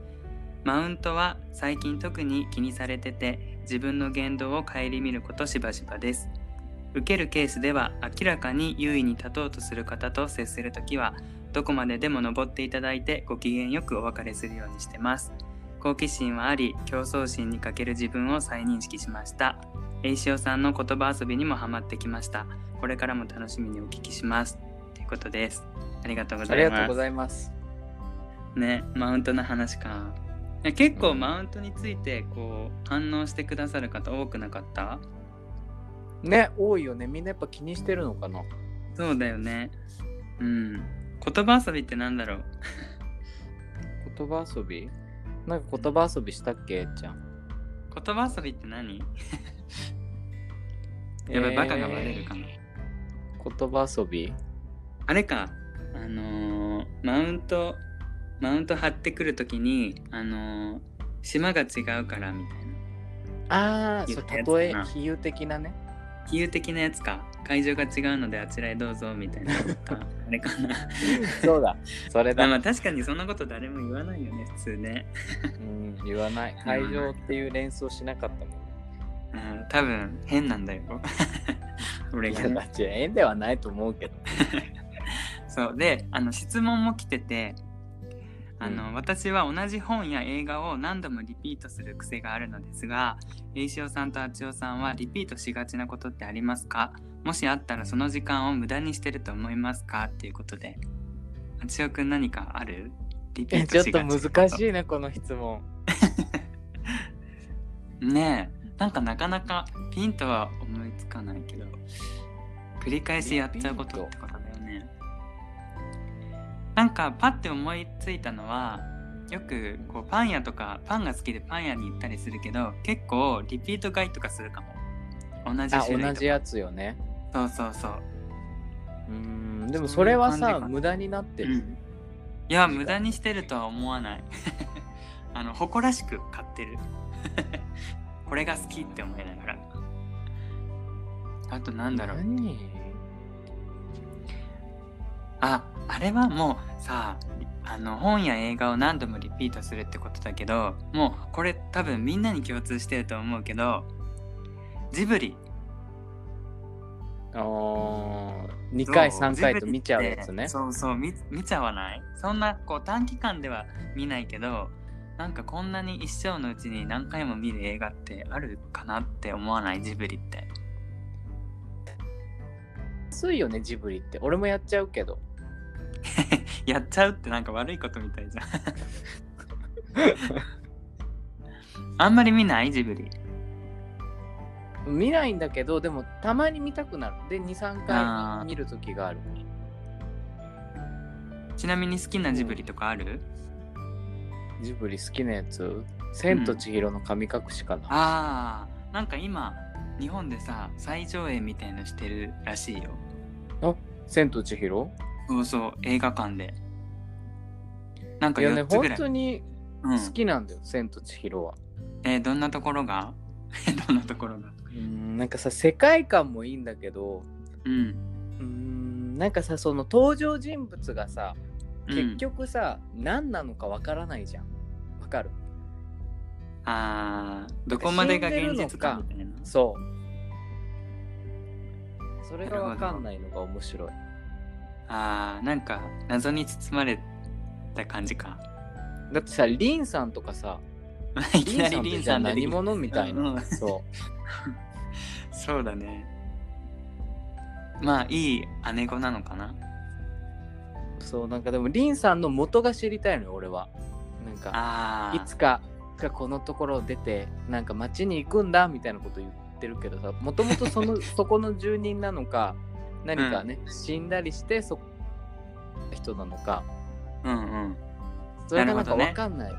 Speaker 2: マウントは最近特に気にされてて自分の言動を顧みることしばしばです受けるケースでは明らかに優位に立とうとする方と接するときはどこまででも登っていただいてご機嫌よくお別れするようにしてます好奇心はあり競争心に欠ける自分を再認識しました栄潮さんの言葉遊びにもハマってきましたこれからも楽しみにお聞きしますということですありがとうご
Speaker 1: あ
Speaker 2: ざ
Speaker 1: り
Speaker 2: い
Speaker 1: がとう
Speaker 2: ま
Speaker 1: ご
Speaker 2: す
Speaker 1: ざいます。
Speaker 2: ねマウントの話かいや結
Speaker 1: う
Speaker 2: 構
Speaker 1: ん
Speaker 2: マウントについてこう反応してくださる方多くなかった
Speaker 1: ね、多いよね。みんなやっぱ気にしてるのかな。
Speaker 2: そうだよねうん言葉遊びってなんだろう
Speaker 1: 言葉遊びなんか言葉遊びしたっけちゃん。
Speaker 2: 言葉遊びっ て何やばいバカがバレるかな、
Speaker 1: えー言葉遊び
Speaker 2: あれかあのーマウントマウント張ってくるときにあのー島が違うからみたいな
Speaker 1: ああ、そう、
Speaker 2: 言
Speaker 1: た
Speaker 2: った
Speaker 1: と
Speaker 2: やつ
Speaker 1: え
Speaker 2: かな
Speaker 1: 比喩的なね。
Speaker 2: 比喩的なやつか会場が違うのであちらへどうぞみたいなことかあれかな
Speaker 1: そうだ、それ
Speaker 2: まあ
Speaker 1: だ。
Speaker 2: まあ確かにそんなこと誰も言わないよね普通ね
Speaker 1: うん、言わない。会場っていう連想しなかったもん。
Speaker 2: うん多分変なんだよ 俺
Speaker 1: い
Speaker 2: が
Speaker 1: や、だ
Speaker 2: ね
Speaker 1: って縁ではないと思うけど。
Speaker 2: そうであの質問も来ててあの、私は同じ本や映画を何度もリピートする癖があるのですが栄潮さんとあちおさんはリピートしがちなことってありますかもしあったらその時間を無駄にしてると思いますかっていうことであちおくん何かあるリピ
Speaker 1: え
Speaker 2: ー
Speaker 1: ちょ
Speaker 2: ト
Speaker 1: っ
Speaker 2: し
Speaker 1: と
Speaker 2: がちなこ
Speaker 1: 難しいね、この質問。
Speaker 2: ねえなんかなかなかピンとは思いつかないけど繰り返しやっちゃうことってことだよねなんかパッて思いついたのはよくこうパン屋とかパンが好きでパン屋に行ったりするけど結構リピート買いとかするかも同じ
Speaker 1: あ、
Speaker 2: 種類とか
Speaker 1: 同じやつよね。
Speaker 2: そうそうそう、
Speaker 1: うん、でもそれは
Speaker 2: そういう感
Speaker 1: さ、
Speaker 2: じか
Speaker 1: 無駄になって
Speaker 2: う
Speaker 1: る。
Speaker 2: んいや無駄にしてるとは思わない あの誇らしく買ってる これが好きって思いながらあとなんだろう
Speaker 1: 何
Speaker 2: ああれはもうさあの本や映画を何度もリピートするってことだけどもうこれ多分みんなに共通してると思うけどジブリ
Speaker 1: あー2回3回と見ちゃうやつね。
Speaker 2: そうそう見見ちゃわないそんなこう短期間では見ないけどなんかこんなに一生のうちに何回も見る映画ってあるかなって思わないジブリって
Speaker 1: 安いよね、ジブリって。俺もやっちゃうけど。
Speaker 2: やっちゃうってなんか悪いことみたいじゃん あんまり見ないジブリ
Speaker 1: 見ないんだけど、でもたまに見たくなる。で、2、3
Speaker 2: あー
Speaker 1: 回見る時がある。
Speaker 2: ちなみに好きなジブリとかある、
Speaker 1: ジブリ好きなやつ千と千尋の神隠しかな。
Speaker 2: ああなんか今日本でさ再上映みたいのしてるらしいよ
Speaker 1: 千と千尋
Speaker 2: そうそう映画館でなんか
Speaker 1: いやね、
Speaker 2: 4つぐ
Speaker 1: 本
Speaker 2: らい
Speaker 1: 当に
Speaker 2: うん
Speaker 1: 好きなんだよ、千と千尋は。
Speaker 2: えーどんなところが どんなところが
Speaker 1: うんなんかさ世界観もいいんだけど
Speaker 2: うん
Speaker 1: うんなんかさその登場人物がさ
Speaker 2: うん
Speaker 1: 結局さ、何なのかわからないじゃんわかる
Speaker 2: あーどこまでが現実かみたいな
Speaker 1: そうそれがわかんないのが面白い
Speaker 2: あーなんか謎に包まれた感じか
Speaker 1: だってさリンさんとかさ
Speaker 2: いきなりリ
Speaker 1: リ
Speaker 2: ン
Speaker 1: ン
Speaker 2: さ
Speaker 1: さ
Speaker 2: ん
Speaker 1: ん
Speaker 2: 出
Speaker 1: って
Speaker 2: て
Speaker 1: 何
Speaker 2: きた
Speaker 1: 者みたいな、
Speaker 2: うんうん
Speaker 1: そ
Speaker 2: そうだねまあいい姉子なのかな
Speaker 1: うそうなんかでもリンさんの元が知りたいのよ俺はなんか
Speaker 2: あ
Speaker 1: い
Speaker 2: ー
Speaker 1: つかいつかこのところを出てなんか街に行くんだみたいなこと言ってるけどさもともとその そこの住人なのか何かね、死んだりしてそ人なのか
Speaker 2: うんうん
Speaker 1: それがなんか
Speaker 2: なる
Speaker 1: わ
Speaker 2: ほど
Speaker 1: かんない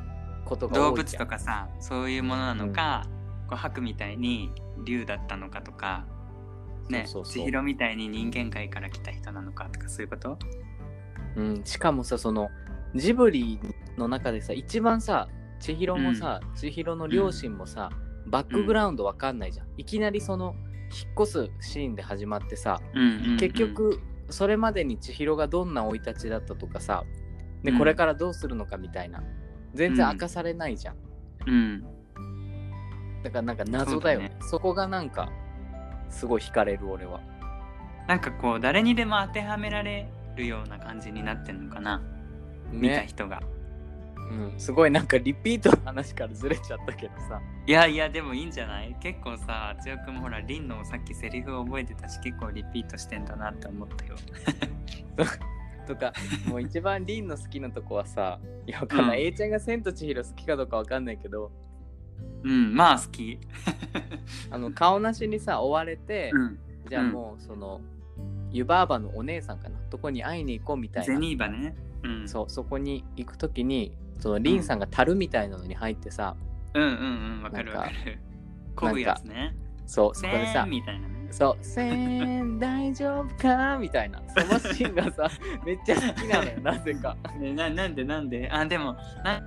Speaker 1: ことが
Speaker 2: 動
Speaker 1: 多い
Speaker 2: 物
Speaker 1: じゃ
Speaker 2: と
Speaker 1: ん
Speaker 2: かさそういうものなのか、こう白みたいに竜だったのかとかね
Speaker 1: そうそうそう
Speaker 2: 千尋みたいに人間界から来た人なのかとかそういうこと
Speaker 1: うん、しかもさそのジブリの中でさ一番さ千尋もさ、千尋の両親もさ、バックグラウンドわかんないじゃん、いきなりその引っ越すシーンで始まってさ、
Speaker 2: うんうんうん
Speaker 1: 結局それまでに千尋がどんな生い立ちだったとかさで
Speaker 2: うん
Speaker 1: これからどうするのかみたいな全然明かされないじゃん、
Speaker 2: うん
Speaker 1: だからなんか謎だよね
Speaker 2: そう
Speaker 1: そこがなんかすごい惹かれる俺は
Speaker 2: なんかこう誰にでも当てはめられるような感じになってんのかな、見た
Speaker 1: ね、
Speaker 2: 人が
Speaker 1: うん、すごいなんかリピートの話からずれちゃったけどさ
Speaker 2: いやいやでもいいんじゃない結構さ千代くんもほらリンのさっきセリフを覚えてたし結構リピートしてんだなって思ったよ
Speaker 1: とかもう一番リンの好きなとこはさいやわかんない、
Speaker 2: うん
Speaker 1: A ちゃんが「千と千尋」好きかどうかわかんないけど
Speaker 2: うんまあ好き
Speaker 1: あの顔なしにさ追われて、
Speaker 2: うん
Speaker 1: じゃあもうその、湯婆婆のお姉さんかなとこに会いに行こうみたい
Speaker 2: ゼ
Speaker 1: な
Speaker 2: ニーバねうん
Speaker 1: そうそこに行く時にそのリンさんが樽みたいなのに入ってさ、
Speaker 2: うんうんうんわかるわかるこぐやつね
Speaker 1: そうそ
Speaker 2: せ
Speaker 1: こで
Speaker 2: ー
Speaker 1: さ
Speaker 2: んみたいなね
Speaker 1: そう「せーん大丈夫か?」みたいなそのシーンが さめっちゃ好きなのよなぜか
Speaker 2: ねななんでなんであでもな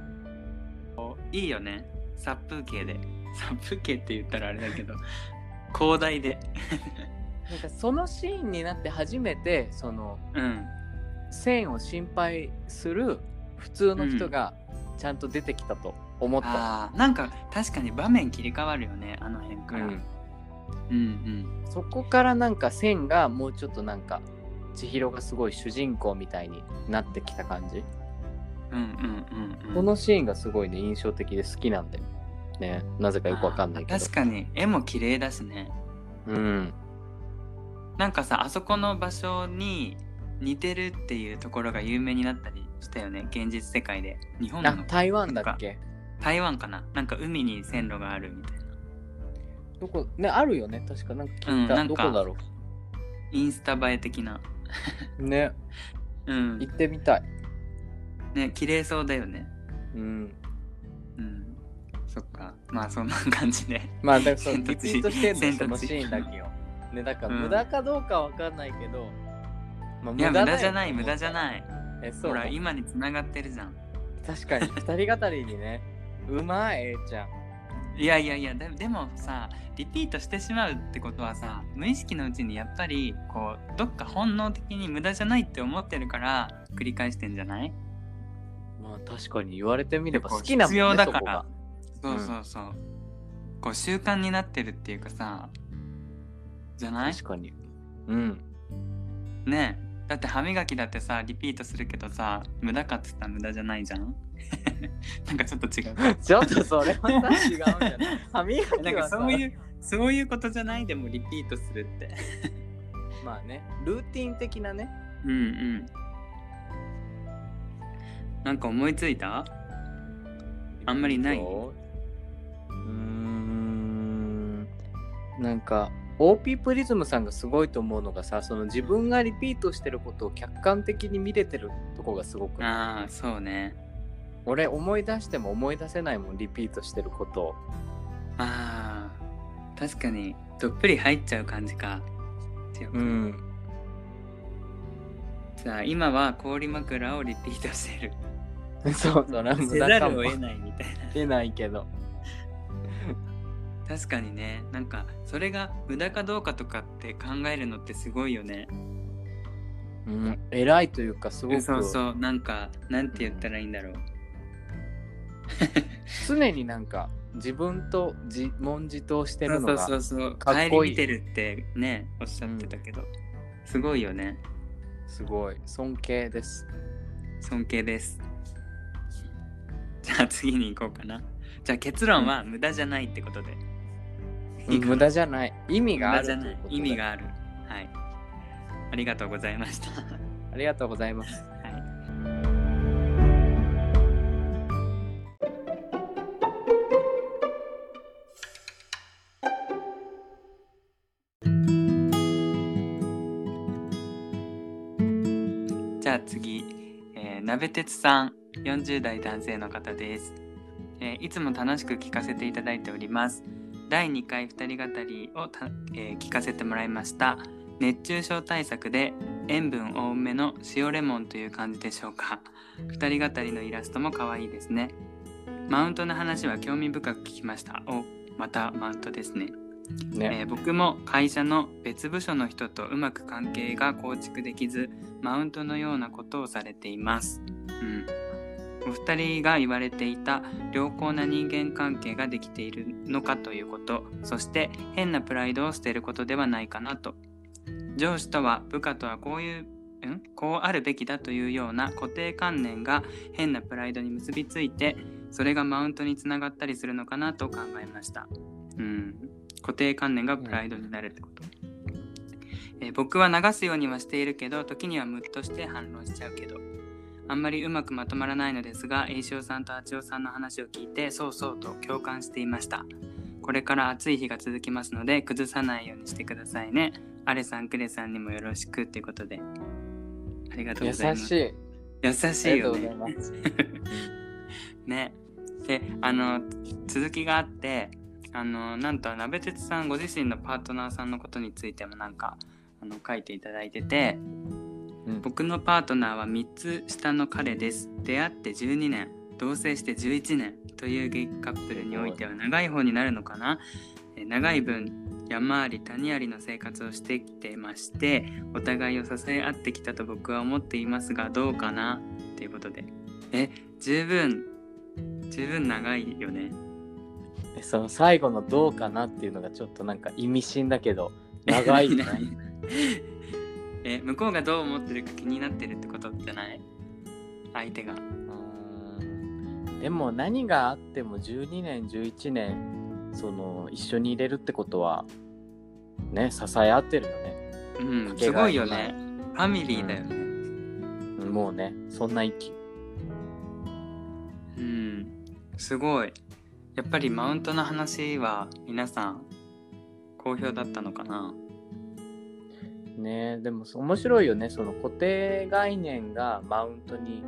Speaker 2: こういいよね殺風景で殺風景って言ったらあれだけ ど広大で
Speaker 1: なんかそのシーンになって初めてその
Speaker 2: うん
Speaker 1: 線を心配する普通の人がちゃんと出てきたと思った、
Speaker 2: あーなんか確かに場面切り替わるよねあの辺
Speaker 1: う
Speaker 2: から、うんん、うん
Speaker 1: そこからなんか線がもうちょっとなんか千尋がすごい主人公みたいになってきた感じ、
Speaker 2: うんうんうんうん
Speaker 1: このシーンがすごいね印象的で好きなんだよねなぜかよくわかんないけ
Speaker 2: あ
Speaker 1: ど
Speaker 2: ー確かに絵も綺麗だしね
Speaker 1: うん
Speaker 2: なんかさあそこの場所に似てるっていうところが有名になったりしたよね現実世界で日本な
Speaker 1: あ
Speaker 2: の
Speaker 1: 台湾だっけ
Speaker 2: 台湾かななんか海に線路があるみたいな
Speaker 1: どこねあるよね確かなんか聞いた、
Speaker 2: うんなん
Speaker 1: ど
Speaker 2: か
Speaker 1: こだろ
Speaker 2: インスタ映え的な
Speaker 1: うね
Speaker 2: うん
Speaker 1: 行ってみたい
Speaker 2: ね綺麗そうだよね
Speaker 1: うん
Speaker 2: うんそっかまあそんな感じで
Speaker 1: まあだ からその
Speaker 2: 千と
Speaker 1: リ
Speaker 2: 千
Speaker 1: ピ
Speaker 2: 尋
Speaker 1: ートしてんの
Speaker 2: 千と
Speaker 1: そのシ
Speaker 2: 千尋
Speaker 1: ーンだけよ。ねだから
Speaker 2: うん
Speaker 1: 無駄かどうかわかんないけど、まあ
Speaker 2: いや無駄じゃない
Speaker 1: よ
Speaker 2: 無駄じゃ
Speaker 1: い。
Speaker 2: ない
Speaker 1: えそう
Speaker 2: ほ
Speaker 1: だ
Speaker 2: ら今に繋がってるじゃん
Speaker 1: 確かに二人語りにねうまい A ちゃん。
Speaker 2: いやいやいやででもさリピートしてしまうってことはさ無意識のうちにやっぱりこうどっか本能的に無駄じゃないって思ってるから繰り返してんじゃない
Speaker 1: まあ確かに言われてみれば
Speaker 2: 結構
Speaker 1: 好きなもん
Speaker 2: 必要
Speaker 1: ね
Speaker 2: だ
Speaker 1: そ
Speaker 2: か
Speaker 1: こ
Speaker 2: ら
Speaker 1: が。
Speaker 2: そうそうそう、こう習慣になってるっていうかさじゃない
Speaker 1: 確かに。うん。
Speaker 2: ねえだって歯磨きだってさリピートするけどさ無駄かっつったら無駄じゃないじゃん なんかちょっと違うか
Speaker 1: ちょっとそれはさ違うんじゃない歯磨
Speaker 2: な
Speaker 1: き
Speaker 2: んか
Speaker 1: は。
Speaker 2: そういううそういうことじゃないでもリピートするって
Speaker 1: まあねルーティン的なね。
Speaker 2: うんうんなんか思いついたあんまりない
Speaker 1: そううーんなんか OP プリズムさんがすごいと思うのがさその自分がリピートしてることを客観的に見れてるとこがすごくない
Speaker 2: ああそうね
Speaker 1: 俺思い出しても思い出せないもんリピートしてることを
Speaker 2: あー確かにどっぷり入っちゃう感じか強くじゃあ今は氷枕をリピートしてる
Speaker 1: そうそれは無
Speaker 2: せ
Speaker 1: 駄
Speaker 2: ざ
Speaker 1: か
Speaker 2: る
Speaker 1: も
Speaker 2: を得ないみたいな
Speaker 1: 出ないけど
Speaker 2: 確かにねなんかそれが無駄かどうかとかって考えるのってすごいよね
Speaker 1: うん、偉いというかすごく
Speaker 2: そうそうなんかなんて言ったらいいんだろう
Speaker 1: 常になんか自分と自問自答して
Speaker 2: そう
Speaker 1: る
Speaker 2: そ
Speaker 1: の
Speaker 2: う
Speaker 1: が
Speaker 2: そうそう
Speaker 1: かっ
Speaker 2: 帰
Speaker 1: こ
Speaker 2: り
Speaker 1: いい
Speaker 2: 見てるってねおっしゃってたけど、すごいよね
Speaker 1: すごい尊敬です。
Speaker 2: 尊敬ですじゃあ次に行こうかなじゃあ結論は無駄じゃないってことで、いいかな
Speaker 1: 無駄じゃない意味
Speaker 2: 無
Speaker 1: があ
Speaker 2: 駄
Speaker 1: る
Speaker 2: じゃ
Speaker 1: とい
Speaker 2: な
Speaker 1: う
Speaker 2: い
Speaker 1: ことで
Speaker 2: 意味があるはいありがとうございました
Speaker 1: ありがとうございます。
Speaker 2: じゃあ次、えー、鍋鉄さん40代男性の方です、えーいつも楽しく聞かせていただいております第2回二人語りをた、えー聞かせてもらいました熱中症対策で塩分多めの塩レモンという感じでしょうか 二人語りのイラストも可愛いですねマウントの話は興味深く聞きましたおまたマウントですね
Speaker 1: ね、
Speaker 2: えー僕も会社の別部署の人とうまく関係が構築できずマウントのようなことをされています、うん、お二人が言われていた良好な人間関係ができているのかということそして変なプライドを捨てることではないかなと上司とは部下とはこういうんこうあるべきだというような固定観念が変なプライドに結びついてそれがマウントにつながったりするのかなと考えました、うん、固定観念がプライドになるってこと、えー僕は流すようにはしているけど時にはムッとして反論しちゃうけどあんまりうまくまとまらないのですが栄翔さんと八代さんの話を聞いてそうそうと共感していましたこれから暑い日が続きますので崩さないようにしてくださいねアレさんクレさんにもよろしくということでありがとう
Speaker 1: 優
Speaker 2: ございます
Speaker 1: しい。
Speaker 2: 優し
Speaker 1: あ
Speaker 2: い
Speaker 1: りが
Speaker 2: よ
Speaker 1: とうご
Speaker 2: ね
Speaker 1: ざいます。
Speaker 2: ね。であの続きがあってあのなんと鍋鉄さんご自身のパートナーさんのことについてもなんかあの書いていただいてて
Speaker 1: うん
Speaker 2: 僕のパートナーは3つ下の彼です出会って12年同棲して11年というゲイカップルにおいては長い方になるのかなえ長い分山あり谷ありの生活をしてきてましてお互いを支え合ってきたと僕は思っていますがどうかなということでえ十分十分長いよね
Speaker 1: えその最後のどうかなっていうのがちょっとなんか意味深だけど長 いね。
Speaker 2: 何え向こうがどう思ってるか気になってるってことじゃない相手が
Speaker 1: うーんでも何があっても12年11年その一緒にいれるってことはね支え合ってるよね。
Speaker 2: うん
Speaker 1: かけ
Speaker 2: す
Speaker 1: が
Speaker 2: ご
Speaker 1: え
Speaker 2: い
Speaker 1: の
Speaker 2: よ
Speaker 1: ない
Speaker 2: ねファミリーだよね
Speaker 1: もうねそんな息。
Speaker 2: うんすごいやっぱりマウントの話は皆さん好評だったのかな
Speaker 1: ねでもそ面白いよねその固定概念がマウントに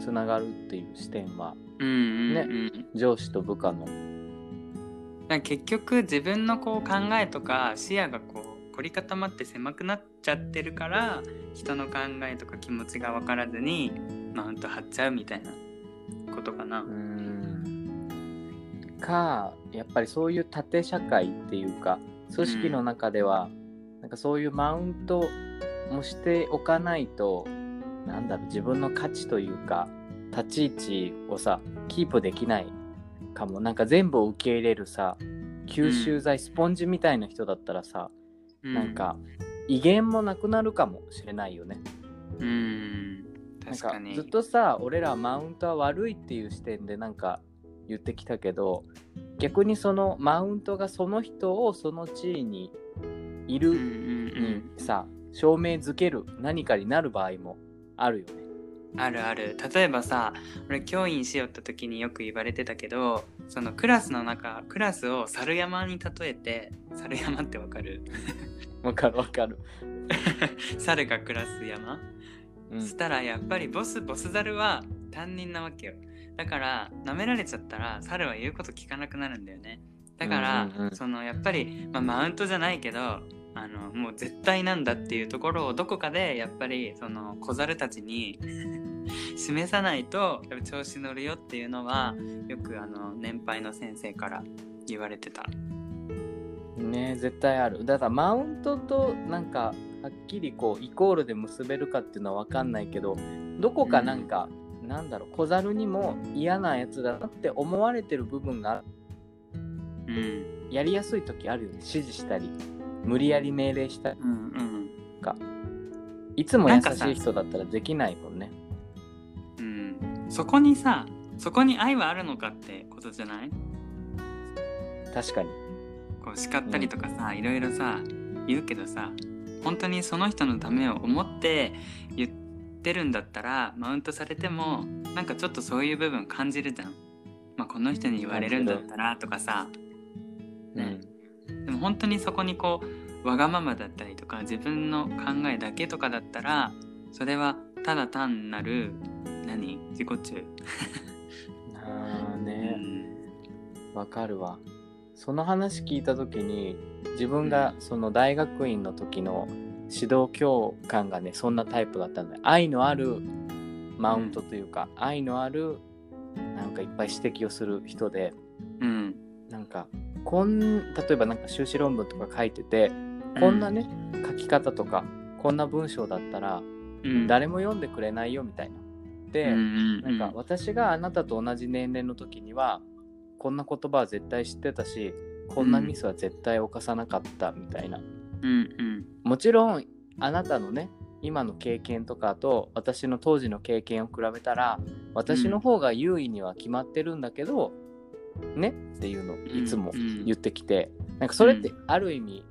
Speaker 1: つながるっていう視点は
Speaker 2: うんうん
Speaker 1: ね
Speaker 2: うん、
Speaker 1: 上司と部下の
Speaker 2: なんか結局自分のこう考えとか視野がこう凝り固まって狭くなっちゃってるから人の考えとか気持ちが分からずにマウント張っちゃうみたいなことかな
Speaker 1: う。ーんかやっぱりそういう縦社会っていうか組織の中では、なんかそういうマウントもしておかないとなんだろう自分の価値というか立ち位置をさキープできないかもなんか全部を受け入れるさ吸収剤、スポンジみたいな人だったらさ、
Speaker 2: うん、
Speaker 1: なんか威厳もなくなるかもしれないよね。
Speaker 2: うん
Speaker 1: なん
Speaker 2: 確
Speaker 1: か
Speaker 2: かに
Speaker 1: ずっとさ俺らマウントは悪いっていう視点でなんか言ってきたけど逆にそのマウントがその人をその地位にい
Speaker 2: うん
Speaker 1: る
Speaker 2: うん
Speaker 1: にさ、証明づける何かになる場合もあるよね。
Speaker 2: うん、あるある例えばさ俺教員しよった時によく言われてたけどそのクラスの中クラスを猿山に例えて猿山ってわかる
Speaker 1: わかるわかる。
Speaker 2: 猿が暮らす山
Speaker 1: うん
Speaker 2: したらやっぱりボスボスザルは担任なわけよだから舐められちゃったら猿は言うこと聞かなくなるんだよねだから、
Speaker 1: うんうんうん
Speaker 2: そのやっぱり、まあ、マウントじゃないけどあのもう絶対なんだっていうところをどこかでやっぱりその小猿たちに示さないとやっぱ調子乗るよっていうのはよくあの年配の先生から言われてた
Speaker 1: ね絶対あるだからマウントとなんかはっきりこうイコールで結べるかっていうのは分かんないけどどこかなんか、なんだろう小猿にも嫌なやつだなって思われてる部分が
Speaker 2: うん
Speaker 1: やりやすい時あるよね指示したり無理やり命令したり
Speaker 2: うんうん
Speaker 1: いつも
Speaker 2: な
Speaker 1: 優
Speaker 2: んかさ
Speaker 1: しい人だったらできないもんね
Speaker 2: うんそこにさそこに愛はあるのかってことじゃない
Speaker 1: 確かに
Speaker 2: こう叱ったりとかさ、いろいろさ言うけどさ本当にその人のためを思って言ってるんだったらマウントされてもなんかちょっとそういう部分感じるじゃん。まあ、この人に言われるんだったらとかさねでも本当にそこにこうわがままだったりとか自分の考えだけとかだったらそれはただ単なる何自己中、
Speaker 1: うんあー
Speaker 2: う
Speaker 1: ね
Speaker 2: ん
Speaker 1: わかるわその話聞いた時に自分がその大学院の時の指導教官がねそんなタイプだったんで愛のあるマウントというか、愛のあるなんかいっぱい指摘をする人で
Speaker 2: うん
Speaker 1: なんかこん例えばなんか修士論文とか書いててこんなね、書き方とかこんな文章だったら
Speaker 2: うん
Speaker 1: 誰も読んでくれないよみたいな。で、なんか私があなたと同じ年齢の時にはこんな言葉は絶対知ってたしこんなミスは絶対犯さなかったみたいな、
Speaker 2: うんうん
Speaker 1: もちろんあなたのね今の経験とかと私の当時の経験を比べたら私の方が優位には決まってるんだけど、ねっていうのをいつも言ってきて、なんかそれってある意味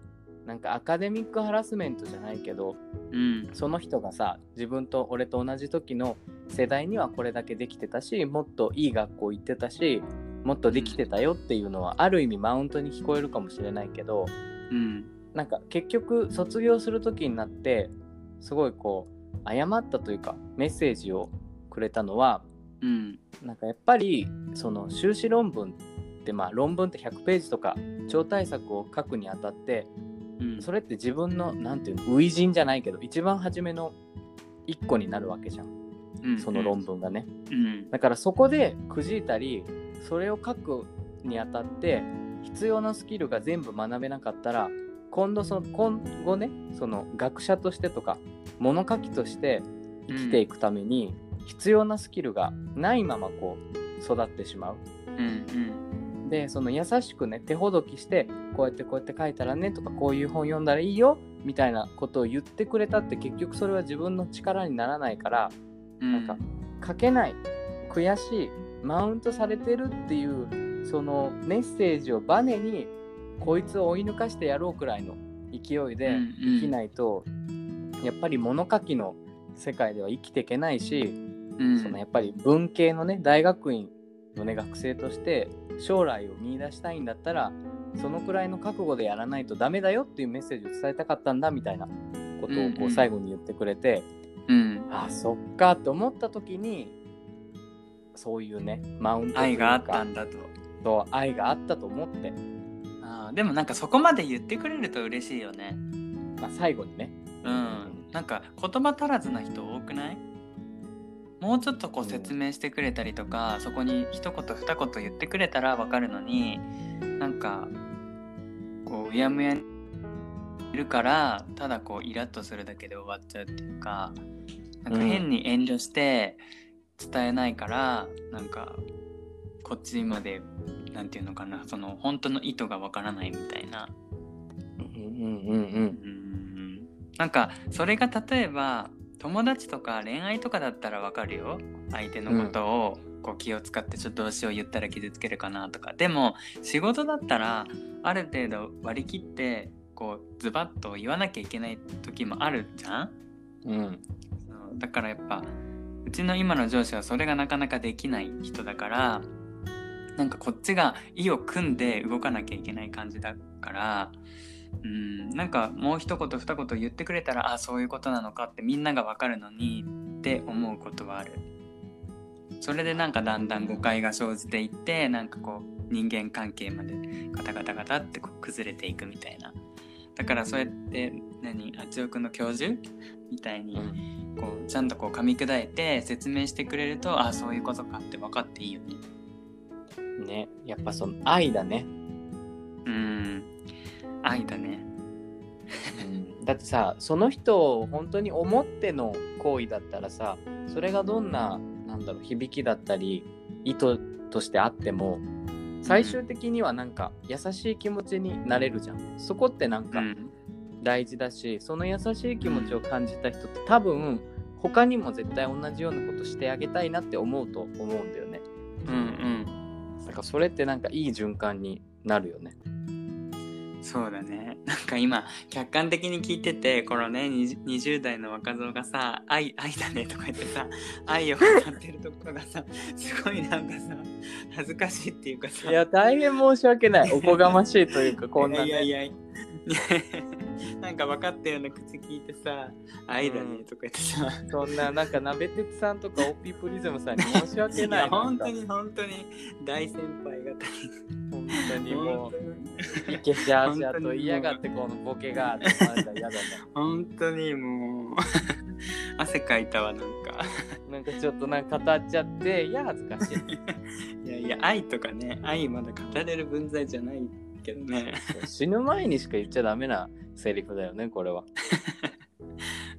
Speaker 1: なんかアカデミックハラスメントじゃないけど、
Speaker 2: うん
Speaker 1: その人がさ自分と俺と同じ時の世代にはこれだけできてたしもっといい学校行ってたしもっとできてたよっていうのは、ある意味マウントに聞こえるかもしれないけど
Speaker 2: うん
Speaker 1: なんか結局卒業する時になってすごいこう誤ったというかメッセージをくれたのは
Speaker 2: うん
Speaker 1: なんかやっぱりその修士論文ってまあ論文って100ページとか超大作を書くにあたって
Speaker 2: うん
Speaker 1: それって自分のなんていうの初陣じゃないけど一番初めの一個になるわけじゃんその論文がね
Speaker 2: うん
Speaker 1: だからそこでくじいたりそれを書くにあたって必要なスキルが全部学べなかったら今度その今後ねその学者としてとか物書きとして生きていくために必要なスキルがないままこう育ってしまう
Speaker 2: うん
Speaker 1: でその優しくね手ほどきしてこうやってこうやって書いたらねとかこういう本読んだらいいよみたいなことを言ってくれたって結局それは自分の力にならないから
Speaker 2: うん
Speaker 1: なんか書けない悔しいマウントされてるっていうそのメッセージをバネにこいつを追い抜かしてやろうくらいの勢いで生き
Speaker 2: い、
Speaker 1: ないと、やっぱり物書きの世界では生きていけないし、
Speaker 2: うん、
Speaker 1: そのやっぱり文系のね大学院のね学生として将来を見出したいんだったらそのくらいの覚悟でやらないとダメだよっていうメッセージを伝えたかったんだみたいなことを
Speaker 2: うん
Speaker 1: こ
Speaker 2: う
Speaker 1: うん最後に言ってくれて、
Speaker 2: うん、
Speaker 1: あそっかと思った時にそういうねマウントという
Speaker 2: 愛
Speaker 1: か
Speaker 2: があったんだと
Speaker 1: そう愛があったと思って、
Speaker 2: あーでもなんかそこまで言ってくれると嬉しいよね
Speaker 1: まあ、最後にね
Speaker 2: うんなんか言葉足らずな人多くないもうちょっとこう説明してくれたりとか、そこに一言二言言ってくれたらわかるのになんかこううやむやにいるからただこうイラッとするだけで終わっちゃうっていうかなんか変に遠慮して伝えないから、なんかこっちまでなんていうのかなその本当の意図がわからないみたいな。
Speaker 1: うんうんうんうん
Speaker 2: うんなんかそれが例えば友達とか恋愛とかだったらわかるよ相手のことをこう気を使ってちょっとどうしよう言ったら傷つけるかなとかでも仕事だったらある程度割り切ってこうズバッと言わなきゃいけない時もあるじゃん
Speaker 1: うん
Speaker 2: そうだからやっぱうちの今の上司はそれがなかなかできない人だからなんかこっちが意を組んで動かなきゃいけない感じだからうんなんかもう一言二言言ってくれたらあそういうことなのかってみんなが分かるのにって思うことはある。それでなんかだんだん誤解が生じていってなんかこう人間関係までガタガタガタってこう崩れていくみたいなだからそうやって何あちおくんの教授みたいに
Speaker 1: うん
Speaker 2: こうちゃんとこう噛み砕いて説明してくれるとあそういうことかって分かっていいよね
Speaker 1: ねやっぱその愛だね
Speaker 2: うん愛だね
Speaker 1: うんだってさその人を本当に思っての行為だったらさそれがどんななんだろう響きだったり意図としてあっても最終的にはなんか優しい気持ちになれるじゃん。そこってなん
Speaker 2: う
Speaker 1: か
Speaker 2: ん
Speaker 1: 大事だし、その優しい気持ちを感じた人って多分他にも絶対同じようなことしてあげたいなって思うと思うんだよね。
Speaker 2: うん
Speaker 1: なんかそれってなんかいい循環になるよね。
Speaker 2: うんそうだねなんか今客観的に聞いててこのね20 20代の若造がさ「愛愛だね」とか言って さ愛を語ってるところがさすごいなんかさ恥ずかしいっていうかさ
Speaker 1: いや大変申し訳ない。おこがましい というかこんな、ね、
Speaker 2: いやいやいや なんか分かったような口聞いてさ「愛だね」とか言ってさ、
Speaker 1: そんななんか鍋鉄さんとかオピプリズムさんに申し訳
Speaker 2: い
Speaker 1: ない
Speaker 2: や本当
Speaker 1: に
Speaker 2: に本当に大先輩方
Speaker 1: 本当にも
Speaker 2: 本
Speaker 1: う
Speaker 2: 当に
Speaker 1: いけしゃあしゃと言いやがってこのボケがって思われたら嫌だね
Speaker 2: 本当にもう 汗かいたわなんか
Speaker 1: なんかちょっとなんか語っちゃっていや恥ずかしい
Speaker 2: いやいや愛とかね愛まだ語れる文在じゃないけどね
Speaker 1: 死ぬ前にしか言っちゃダメなセリフだよねこれは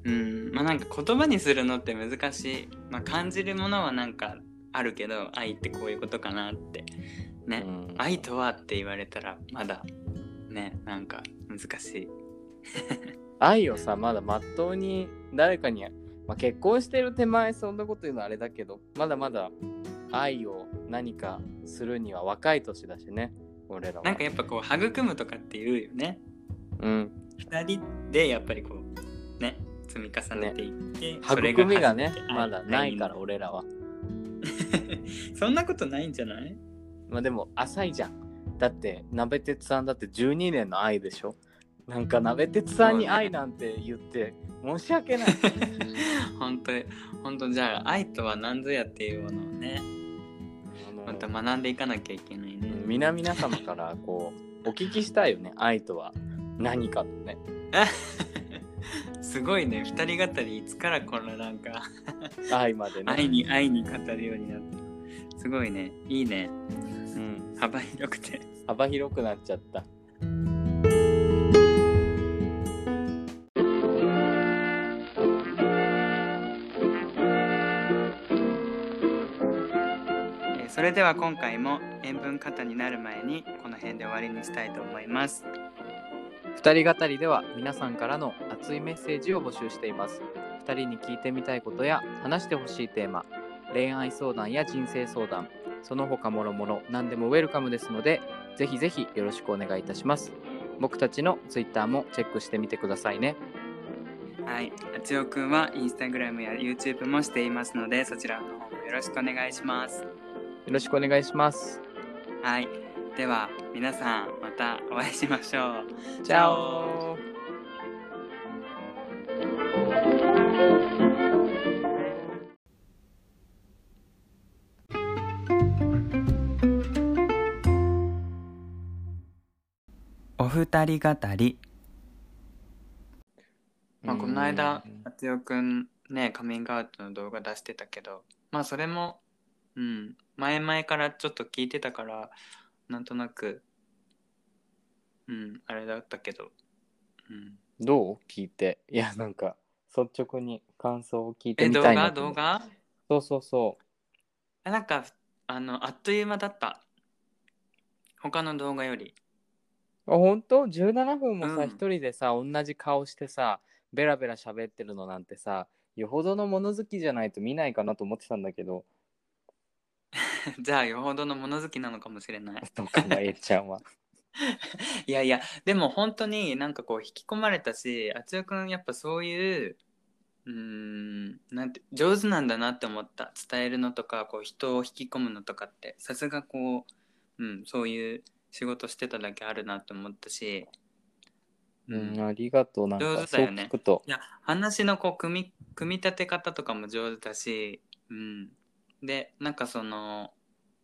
Speaker 2: うんまあなんか言葉にするのって難しい、まあ、感じるものはなんかあるけど愛ってこういうことかなってね、
Speaker 1: うん
Speaker 2: 愛とはって言われたらまだねなんか難しい
Speaker 1: 愛をさまだまっとうに誰かに、まあ、結婚してる手前そんなこと言うのあれだけどまだまだ愛を何かするには若い年だしね俺らは
Speaker 2: なんかやっぱこう育むとかって言うよね
Speaker 1: うん
Speaker 2: 二人でやっぱりこうね積み重ねていって、それ
Speaker 1: 育みがね
Speaker 2: 初めて
Speaker 1: まだないから
Speaker 2: 愛
Speaker 1: 俺らは
Speaker 2: そんなことないんじゃない
Speaker 1: まあでも浅いじゃんだって鍋鉄さんだって12年の愛でしょなんか鍋鉄さんに愛なんて言って申し訳 ない
Speaker 2: 本当に本当じゃあ愛とは何ぞやっていうものをね
Speaker 1: あの
Speaker 2: また学んでいかなきゃいけないね、
Speaker 1: 皆々様からこうお聞きしたいよね愛とは何かとね
Speaker 2: すごいね二人語りいつからこのなん か
Speaker 1: 愛までね
Speaker 2: 愛に愛に語るようになったすごいねいいね
Speaker 1: うん、
Speaker 2: 幅広くて
Speaker 1: 幅広くなっちゃった
Speaker 2: えーそれでは今回も塩分過多になる前にこの辺で終わりにしたいと思います
Speaker 1: 二人語りでは皆さんからの熱いメッセージを募集しています二人に聞いてみたいことや話してほしいテーマ恋愛相談や人生相談その他もろもろ何でもウェルカムですのでぜひぜひよろしくお願いいたします僕たちの Twitter もチェックしてみてくださいね
Speaker 2: はい、あちおくんはインスタグラムや YouTube もしていますのでそちらの方もよろしくお願いします。
Speaker 1: よろしくお願いします
Speaker 2: はい、では皆さんまたお会いしましょう。
Speaker 1: チャオ
Speaker 2: お二人語り、まあ、この間あちおくんねカミングアウトの動画出してたけどまあそれも、うん、前々からちょっと聞いてたからなんとなく、うん、あれだったけど、うん、
Speaker 1: どう聞いていやなんか率直に感想を聞いて
Speaker 2: え
Speaker 1: み
Speaker 2: 動
Speaker 1: たい
Speaker 2: 画
Speaker 1: なと思
Speaker 2: 動
Speaker 1: って
Speaker 2: 画
Speaker 1: そうそうそう
Speaker 2: あなんかあのあっという間だった他の動画より
Speaker 1: あ本当 ?17 分もさ、
Speaker 2: うん
Speaker 1: 一人でさ、同じ顔してさ、ベラベラ喋ってるのなんてさ、よほどの物好きじゃないと見ないかなと思ってたんだけど、
Speaker 2: じゃあよほどの物好きなのかもしれない
Speaker 1: どうかな、えっちゃんは。
Speaker 2: いやいやでも本当になんかこう引き込まれたしあつよくんやっぱそういううーんなんて上手なんだなって思った伝えるのとかこう人を引き込むのとかってさすがこう、うん、そういう仕事してただけあるなって思ったし、
Speaker 1: うん、ありがとう。なん
Speaker 2: 上
Speaker 1: か、
Speaker 2: 手
Speaker 1: そう
Speaker 2: だよね
Speaker 1: 聞くと。
Speaker 2: いや話のこう組み組み立て方とかも上手だし、うん、でなんかその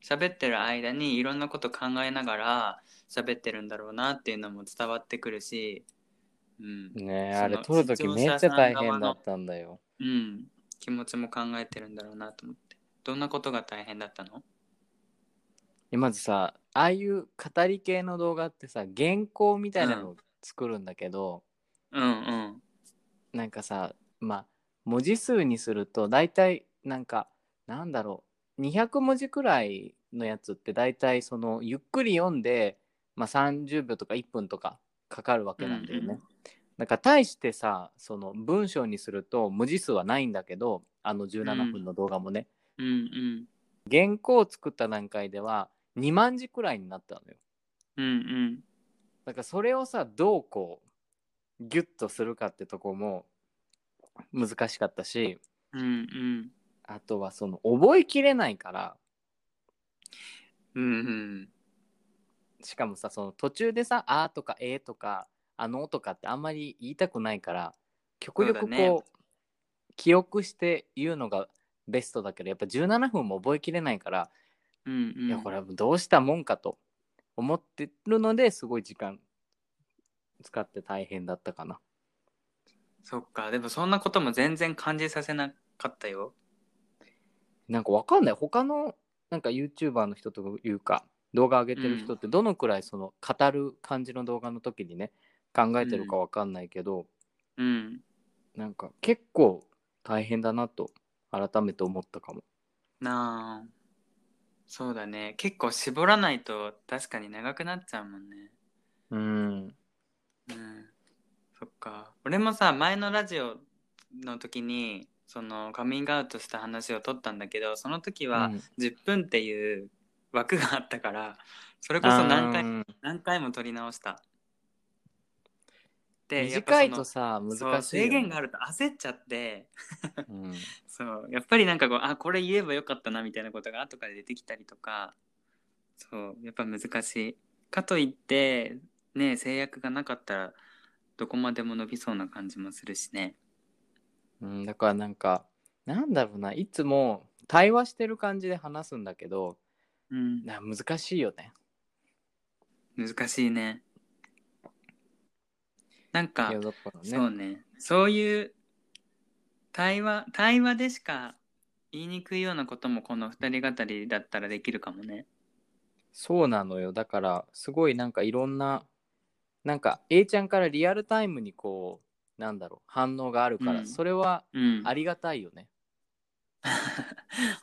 Speaker 2: 喋ってる間にいろんなこと考えながら喋ってるんだろうなっていうのも伝わってくるし、うん
Speaker 1: ねえ、
Speaker 2: その
Speaker 1: あれ撮るときめっちゃ大変だったんだよ。
Speaker 2: うん、気持ちも考えてるんだろうなと思ってどんなことが大変だったの
Speaker 1: まずさ、ああいう語り系の動画ってさ、原稿みたいなの作るんだけど
Speaker 2: うん
Speaker 1: なんかさまあ文字数にすると大体なんかなんだろう200文字くらいのやつって大体そのゆっくり読んで、まあ、30秒とか1分とかかかるわけなんだよ
Speaker 2: うんう
Speaker 1: ね
Speaker 2: ん。
Speaker 1: なんか対してさその文章にすると文字数はないんだけどあの17分の動画もね、
Speaker 2: うんうん
Speaker 1: 原稿を作った段階では2万字くらいになったのよ。
Speaker 2: うんうん
Speaker 1: だからそれをさどうこうギュッとするかってとこも難しかったし
Speaker 2: うんうん
Speaker 1: あとはその覚えきれないから
Speaker 2: うん
Speaker 1: しかもさその途中でさ「あ」とか「え」とか「あの」とかってあんまり言いたくないから極力こ
Speaker 2: そううだね
Speaker 1: 記憶して言うのがベストだけどやっぱ17分も覚えきれないから、
Speaker 2: うんうん
Speaker 1: いやこれはどうしたもんかと思ってるのですごい時間使って大変だったかな。
Speaker 2: そっかでもそんなことも全然感じさせなかったよ
Speaker 1: なんかわかんない他のなんか YouTuber の人というか動画上げてる人ってどのくらいその語る感じの動画の時にね考えてるかわかんないけど、
Speaker 2: うん
Speaker 1: なんか結構大変だなと改めて思ったかも。
Speaker 2: なあそうだね結構絞らないと確かに長くなっちゃうもんね
Speaker 1: うん
Speaker 2: うんそっか俺もさ前のラジオの時にそのカミングアウトした話を取ったんだけどその時は
Speaker 1: うん
Speaker 2: 10分っていう枠があったからそれこそ何回
Speaker 1: うん
Speaker 2: 何回も撮り直したでやっぱ
Speaker 1: 短い
Speaker 2: そ
Speaker 1: と
Speaker 2: の
Speaker 1: さ難しい
Speaker 2: そう
Speaker 1: よね、
Speaker 2: 制限があると焦っちゃって
Speaker 1: うん
Speaker 2: そうやっぱりなんかこうあこれ言えばよかったなみたいなことが後から出てきたりとかそうやっぱ難しいかといってね制約がなかったらどこまでも伸びそうな感じもするしね
Speaker 1: うん、だからなんかなんだろうないつも対話してる感じで話すんだけど
Speaker 2: うん
Speaker 1: な難しいよね。
Speaker 2: 難しいねなんか
Speaker 1: いやだからね
Speaker 2: そうねそういう対話対話でしか言いにくいようなこともこの二人語りだったらできるかもね
Speaker 1: そうなのよだからすごいなんかいろんななんか A ちゃんからリアルタイムにこうなんだろう反応があるから、
Speaker 2: うん
Speaker 1: それは
Speaker 2: うん
Speaker 1: ありがたいよね、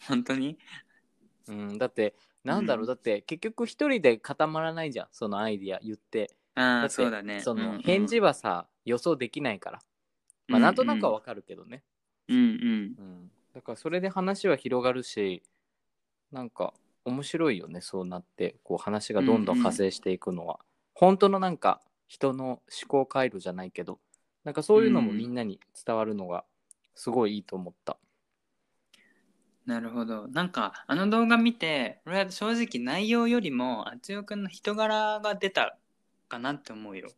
Speaker 2: 本当に
Speaker 1: うん、だってなんだろう、
Speaker 2: うん
Speaker 1: だって結局一人で固まらないじゃんそのアイディア言って
Speaker 2: あ
Speaker 1: だ
Speaker 2: あ
Speaker 1: って
Speaker 2: そうだね
Speaker 1: そ
Speaker 2: うんう
Speaker 1: の
Speaker 2: ん
Speaker 1: 返事はさ、予想できないからまあなんとなくはわかるけどね、
Speaker 2: うんうん
Speaker 1: うんだからそれで話は広がるしなんか面白いよねそうなってこう話がどんどん派生していくのは、本当のなんか人の思考回路じゃないけどなんかそういうのも
Speaker 2: うん
Speaker 1: みんなに伝わるのがすごいいいと思った、
Speaker 2: なるほどなんかあの動画見て俺は正直内容よりもあつよくんの人柄が出たかなって思うよ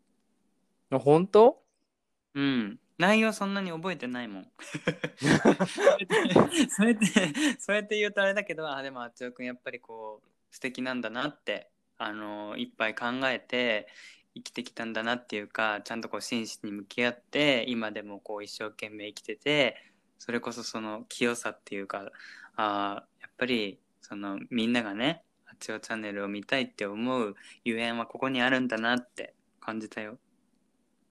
Speaker 1: あ本当
Speaker 2: うん内容そんなに覚えてないもんそうやってそうやって言うとあれだけどあでもあつよくんやっぱりこう素敵なんだなってあのいっぱい考えて生きてきたんだなっていうかちゃんとこう真摯に向き合って今でもこう一生懸命生きててそれこそその清さっていうかあーやっぱりそのみんながね「あちおチャンネル」を見たいって思うゆえんはここにあるんだなって感じたよ。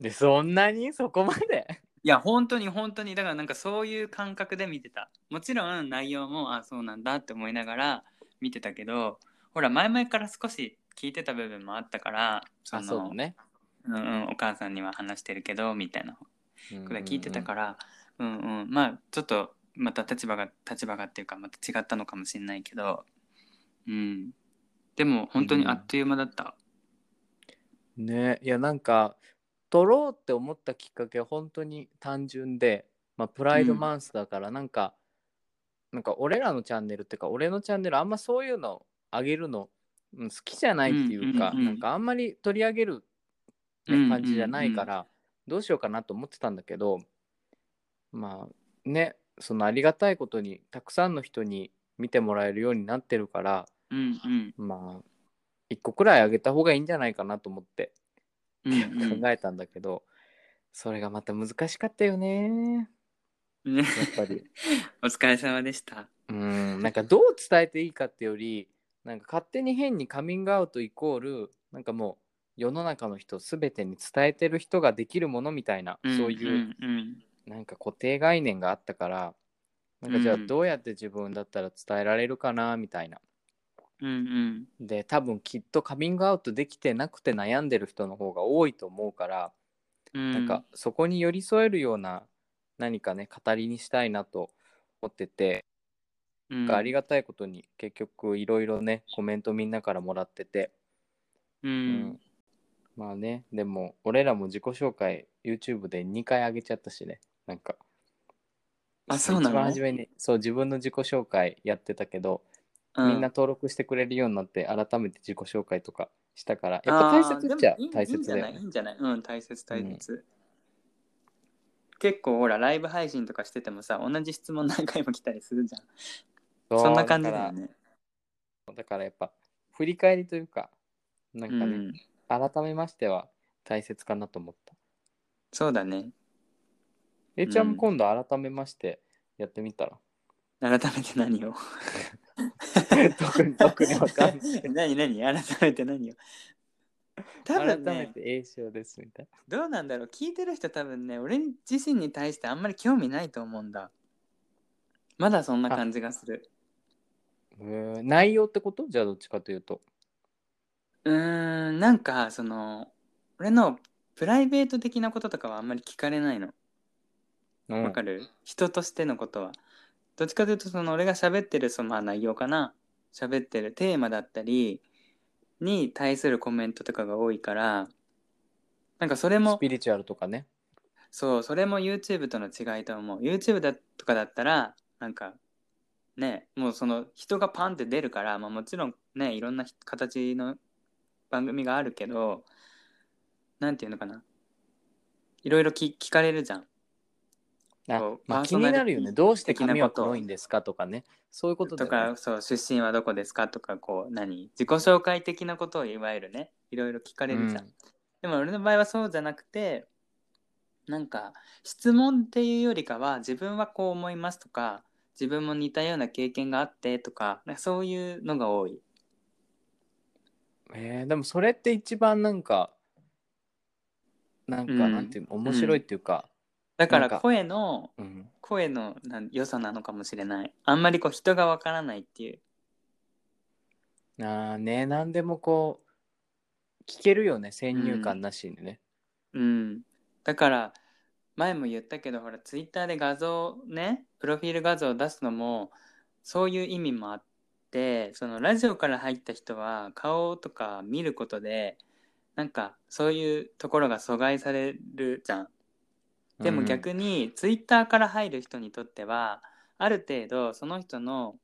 Speaker 1: でそんなにそこまで
Speaker 2: いや本当に本当にだからなんかそういう感覚で見てたもちろん内容もあそうなんだって思いながら見てたけどほら前々から少し聞いてた部分もあったからそ
Speaker 1: あ
Speaker 2: の
Speaker 1: そうだね、
Speaker 2: うんうん、お母さんには話してるけどみたいな
Speaker 1: うん
Speaker 2: くらい聞いてたから、うんうんまあちょっとまた立場が立場がっていうかまた違ったのかもしれないけど、うん、でも本当にあっという間だった。
Speaker 1: ねいやなんか撮ろうって思ったきっかけは本当に単純で、まあ、プライドマンスだからなんか、なんか俺らのチャンネルっていうか俺のチャンネルあんまそういうのあげるのうん好きじゃないっていうか、
Speaker 2: うんうんうん
Speaker 1: なんかあんまり取り上げる、ね
Speaker 2: うんうんうん
Speaker 1: 感じじゃないから、どうしようかなと思ってたんだけどまあねそのありがたいことにたくさんの人に見てもらえるようになってるから
Speaker 2: うんうん
Speaker 1: まあ一個くらいあげた方がいいんじゃないかなと思って
Speaker 2: うんうん
Speaker 1: 考えたんだけど、それがまた難しかったよね
Speaker 2: ね
Speaker 1: やっぱ り
Speaker 2: お疲れ様でした。
Speaker 1: うんなんかどう伝えていいかってよりなんか勝手に変にカミングアウトイコールなんかも世の中の人全てに伝えてる人ができるものみたいな、そういう
Speaker 2: うん
Speaker 1: なんか固定概念があったからなんかじゃあ
Speaker 2: うん
Speaker 1: どうやって自分だったら伝えられるかなみたいな。
Speaker 2: うんうん
Speaker 1: で多分きっとカミングアウトできてなくて悩んでる人の方が多いと思うから、
Speaker 2: うん
Speaker 1: なんかそこに寄り添えるような何かね語りにしたいなと思ってて、
Speaker 2: うん
Speaker 1: ありがたいことに結局いろいろねコメントみんなからもらってて、
Speaker 2: う
Speaker 1: うんまあねでも俺らも自己紹介 YouTube で2回上げちゃったしねなんか
Speaker 2: あそうな
Speaker 1: 一番
Speaker 2: の
Speaker 1: 初めにそう自分の自己紹介やってたけど、
Speaker 2: う
Speaker 1: みんな登録してくれるようになって改めて自己紹介とかしたからやっぱ大切っちゃ
Speaker 2: あーでもいい
Speaker 1: 大切だよ
Speaker 2: い
Speaker 1: ね
Speaker 2: いんじゃないいいんじゃないうん大切大切、結構ほらライブ配信とかしててもさ同じ質問何回も来たりするじゃん
Speaker 1: う
Speaker 2: そんな感じ
Speaker 1: だ
Speaker 2: だ
Speaker 1: か
Speaker 2: よね
Speaker 1: らだからやっぱ振り返りというかなんか
Speaker 2: う
Speaker 1: ね、
Speaker 2: ん、
Speaker 1: 改めましては大切かなと思った
Speaker 2: そうだね
Speaker 1: えちゃん
Speaker 2: うん
Speaker 1: も今度改めましてやってみたら、
Speaker 2: 改めて何を
Speaker 1: 特に 特にわかんない
Speaker 2: 何何改めて何を 多分
Speaker 1: 改め
Speaker 2: ね
Speaker 1: て栄翔ですみたい
Speaker 2: どうなんだろう聞いてる人多分ね俺自身に対してあんまり興味ないと思うんだまだそんな感じがする
Speaker 1: なうーん内容ってことじゃあどっちかというと
Speaker 2: うーんなんかその俺のプライベート的なこととかはあんまり聞かれないの
Speaker 1: わ、
Speaker 2: わかる、人としてのことはどっちかというとその俺が喋ってるそのまあ内容かな喋ってるテーマだったりに対するコメントとかが多いからなんかそれ
Speaker 1: ス
Speaker 2: も
Speaker 1: ピリチュアルとかね
Speaker 2: そうそれも YouTube との違いと思う YouTube だとかだったらなんかねもうその人がパンって出るから、まあ、もちろんねいろんなひ形の番組があるけどなんていうのかないろいろ聞聞かれるじゃん
Speaker 1: あ
Speaker 2: こう
Speaker 1: まあ、
Speaker 2: パー
Speaker 1: 気
Speaker 2: ソ
Speaker 1: に
Speaker 2: ナリティ
Speaker 1: なるよねどうして髪は
Speaker 2: 的なこと
Speaker 1: 黒いんですかとかねそういうことだ
Speaker 2: と
Speaker 1: よね
Speaker 2: かそう出身はどこですかとかこう何自己紹介的なことをいわゆるねいろいろ聞かれるじゃん、
Speaker 1: うん
Speaker 2: でも俺の場合はそうじゃなくてなんか質問っていうよりかは自分はこう思いますとか自分も似たような経験があってとかなんかそういうのが多い
Speaker 1: えーでもそれって一番なんかなんか
Speaker 2: うん
Speaker 1: なんていうの、面白いっていうか、
Speaker 2: だから
Speaker 1: なんか
Speaker 2: 声の
Speaker 1: うん
Speaker 2: 声のなん良さなのかもしれないあんまりこう人がわからないっていう
Speaker 1: あーね何でもこう聞けるよね先入観なしにね、
Speaker 2: うん、だから前も言ったけどほらツイッターで画像ねプロフィール画像を出すのもそういう意味もあってそのラジオから入った人は顔とか見ることでなんかそういうところが阻害されるじゃん。でも
Speaker 1: に
Speaker 2: 逆にツイッターから入る人にとってはある程度その人の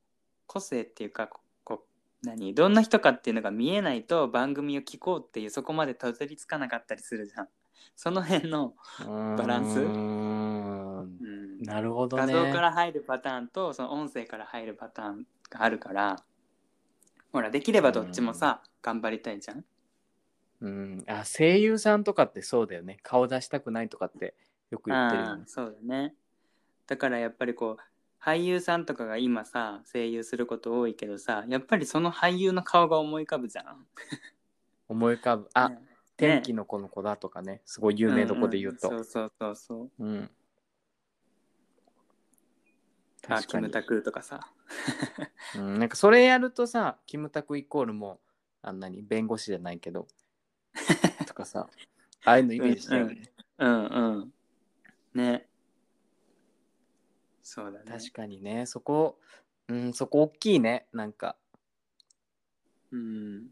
Speaker 2: 個性っていうかここう何どんな人かっていうのが見えないと番組を聞こうっていうそこまでたどり着かなかったりするじゃん。その辺の、
Speaker 1: バ
Speaker 2: ランス
Speaker 1: スなるほど
Speaker 2: 画
Speaker 1: ね
Speaker 2: 像から入るパターンとその音声から入るパターンがあるからほらできればどっちもさ頑張りたいじゃん。
Speaker 1: うん、あ声優さんとかってそうだよね顔出したくないとかってよく言ってるよ
Speaker 2: あ
Speaker 1: ね
Speaker 2: あそうだねだからやっぱりこう俳優さんとかが今さ声優すること多いけどさやっぱりその俳優の顔が思い浮かぶじゃん。
Speaker 1: 思い浮かぶあ、
Speaker 2: ね
Speaker 1: 天気の子の子だとかねすごい有名どこで言うと、
Speaker 2: んんそうそうそうそう
Speaker 1: うん
Speaker 2: あ
Speaker 1: 確
Speaker 2: キ
Speaker 1: か
Speaker 2: ム
Speaker 1: に
Speaker 2: タクとかさ
Speaker 1: うん、なんかそれやるとさキムタクイコールもうあんなに弁護士じゃない けどとかさああいうのイメージしたよね、
Speaker 2: うんうんねそうだね
Speaker 1: 確かにねそこうんそこ大きいねなんか
Speaker 2: うん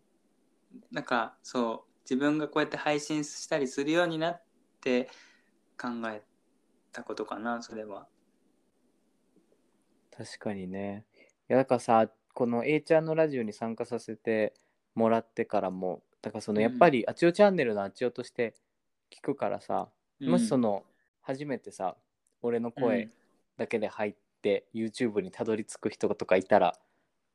Speaker 2: なんかそう自分がこうやって配信したりするようになって考えたことかなそれは
Speaker 1: 確かにねいやだからさこの A ちゃんのラジオに参加させてもらってからもだからその
Speaker 2: うん
Speaker 1: やっぱり「あちおチャンネル」のあちおとして聞くからさ、もしそ
Speaker 2: の
Speaker 1: の初めてさ俺の声だけで入って YouTube にたどり着く人とかいたら、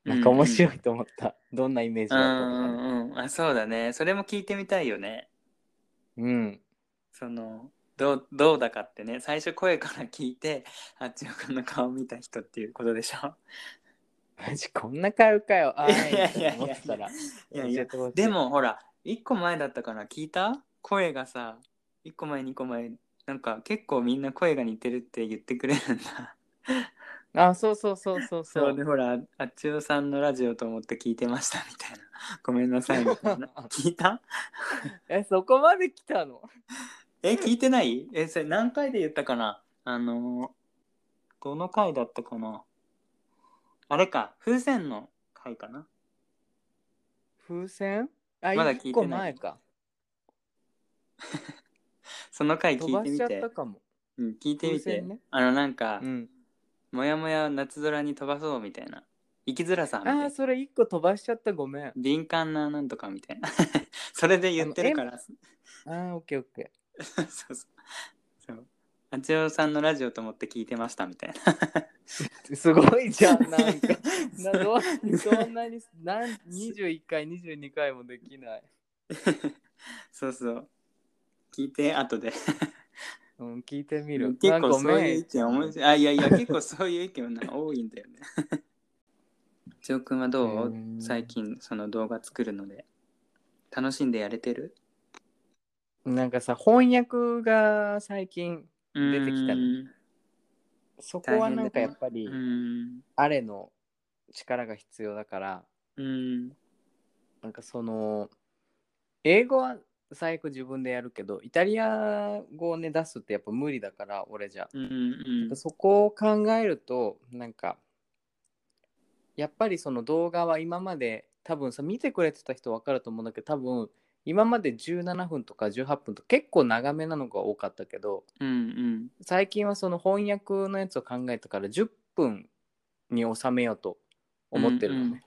Speaker 1: なんか面白いと思った、どんなイメージだ
Speaker 2: う
Speaker 1: ったと
Speaker 2: ん
Speaker 1: かね
Speaker 2: うんうんあそうだねそれも聞いてみたいよね
Speaker 1: うん
Speaker 2: そのどうどうだかってね最初声から聞いてあっちの子の顔見た人っていうことでしょ
Speaker 1: マジこんな買うかよあー
Speaker 2: いやいやいや
Speaker 1: いと思ったら
Speaker 2: いやいや
Speaker 1: 教えてほしい
Speaker 2: でもほら一個前だったから聞いた声がさ一個前二個前なんか結構みんな声が似てるって言ってくれるんだ
Speaker 1: あ、そうそうそうそうそ
Speaker 2: そうで
Speaker 1: う。
Speaker 2: ほらあっちおさんのラジオと思って聞いてましたみたいなごめんなさいみたいな聞いた
Speaker 1: え、そこまで来たの
Speaker 2: え聞いてないえそれ何回で言ったかなあのーどの回だったかなあれか風船の回かな
Speaker 1: 風船あ、
Speaker 2: まだ聞
Speaker 1: 一
Speaker 2: いてない
Speaker 1: 個前か。
Speaker 2: その回聞
Speaker 1: 飛ば
Speaker 2: いて
Speaker 1: し
Speaker 2: み
Speaker 1: ちゃってた、かも。
Speaker 2: うん、聞いてみ
Speaker 1: 風
Speaker 2: て、
Speaker 1: 船ね
Speaker 2: あのなんか、
Speaker 1: うん。
Speaker 2: もやもや夏空に飛ばそうみたいな生きづらさみたい
Speaker 1: あ
Speaker 2: な
Speaker 1: ー、それ一個飛ばしちゃった。ごめん。あ
Speaker 2: 敏感ななんとかみたいな それで言ってるからそ
Speaker 1: ー、オッケーオッケ
Speaker 2: う そうそうあちおさんのラジオと思って聞いてましたみたいな
Speaker 1: ー。すごいじゃん、なんか。な
Speaker 2: そう
Speaker 1: どうそんなになん21回、22回もできない。
Speaker 2: そうそう聞いて後で
Speaker 1: うん、聞いてみる
Speaker 2: 結。
Speaker 1: なんか
Speaker 2: 構
Speaker 1: ご
Speaker 2: そう
Speaker 1: め
Speaker 2: いうん意見面白いあいやいや結構そういう意見な多いんだ よねちおくんはどう
Speaker 1: うん
Speaker 2: 最近その動画作るので楽しんでやれてる
Speaker 1: なんかさ、翻訳が最近、出てきた
Speaker 2: う
Speaker 1: ね
Speaker 2: ん
Speaker 1: そこはなんかやっぱり、
Speaker 2: うん
Speaker 1: あれの力が必要だから、
Speaker 2: うん
Speaker 1: なんかその英語は最悪自分でやるけどイタリア語をね出すってやっぱ無理だから俺じゃ、
Speaker 2: うんうん
Speaker 1: そこを考えるとなんかやっぱりその動画は今まで多分さ見てくれてた人分かると思うんだけど多分今まで17分とか18分と結構長めなのが多かったけど
Speaker 2: うん
Speaker 1: 最近はその翻訳のやつを考えたから10分に収めようと思ってるのね。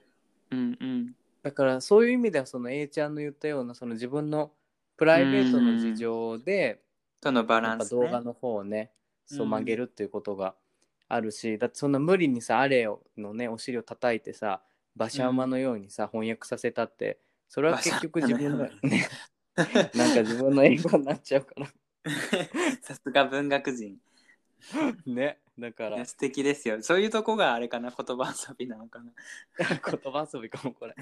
Speaker 2: うんうんうんうん
Speaker 1: だからそういう意味ではその A ちゃんの言ったようなその自分のプライベートの事情で
Speaker 2: とのバ
Speaker 1: や
Speaker 2: ラ
Speaker 1: っ
Speaker 2: ン
Speaker 1: ぱ
Speaker 2: ス、
Speaker 1: 動
Speaker 2: ね、
Speaker 1: 画の方をねそう
Speaker 2: うん
Speaker 1: 曲げるっていうことがあるしだってそんな無理にさあれよのねお尻を叩いてさ馬車馬のようにさ翻訳させたってそれは結局自分の
Speaker 2: 馬車
Speaker 1: ねなんか自分の英語になっちゃうから
Speaker 2: さすが文学人
Speaker 1: ねだか
Speaker 2: いや
Speaker 1: ら
Speaker 2: 素敵ですよそういうとこがあれかな言葉遊びなのかな
Speaker 1: 言葉遊びかもこれ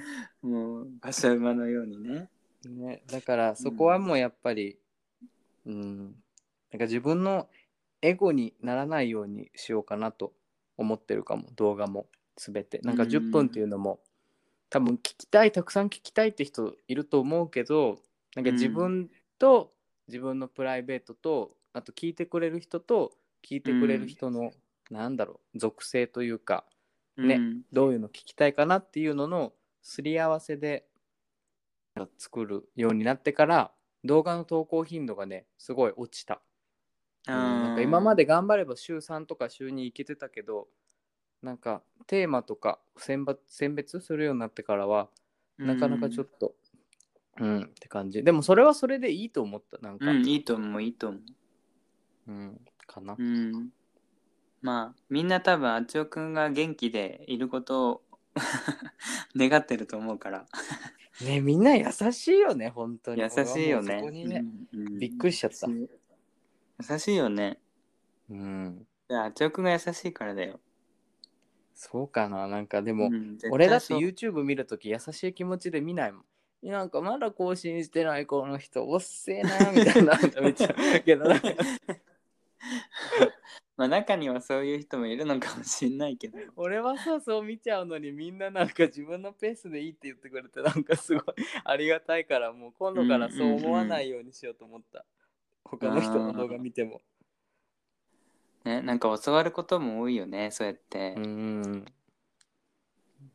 Speaker 2: もう馬車馬のようにね
Speaker 1: ね、だからそこはもうやっぱり、うん、なんか自分のエゴにならないようにしようかなと思ってるかも、動画も全て。なんか
Speaker 2: うん
Speaker 1: 10分っていうのも、多分聞きたい、たくさん聞きたいって人いると思うけど、なんか自分と自分のプライベートと、あと聞いてくれる人と聞いてくれる人の、なんだろう、属性というか、ね
Speaker 2: うん
Speaker 1: どういうの聞きたいかなっていうののすり合わせで作るようになってから動画の投稿頻度がねすごい落ちた、う
Speaker 2: あ
Speaker 1: ん
Speaker 2: ー
Speaker 1: なんか今まで頑張れば週3とか週2いけてたけどなんかテーマとか選抜選別するようになってからはなかなかちょっとうん、って感じでもそれはそれでいいと思ったなんか、
Speaker 2: うん、うんいいと思ういいと思う
Speaker 1: うんかな、
Speaker 2: うんまあみんな多分あちおくんが元気でいることを 願ってると思うから
Speaker 1: ねみんな優しいよね本当に
Speaker 2: 優しい
Speaker 1: 俺
Speaker 2: よ
Speaker 1: はも
Speaker 2: ね
Speaker 1: うそこにね、
Speaker 2: うんうん
Speaker 1: びっくりしちゃった
Speaker 2: 優しいよね
Speaker 1: うん、
Speaker 2: いやあちおくんが優しいからだよ
Speaker 1: そうかななんかでも、
Speaker 2: うん絶対
Speaker 1: 俺だって
Speaker 2: そう
Speaker 1: YouTube 見るとき優しい気持ちで見ないもん。なんかまだ更新してないこの人、おっせえなみたいなめっ ちゃけどなんか
Speaker 2: まあ中にはそういう人もいるのかもしんないけど
Speaker 1: 俺はさ、そう見ちゃうのにみんななんか自分のペースでいいって言ってくれてなんかすごいありがたいからもう今度からそう思わないようにしようと思った。他の人の動画見ても。
Speaker 2: ね、なんか教わることも多いよね、そうやって。
Speaker 1: うん。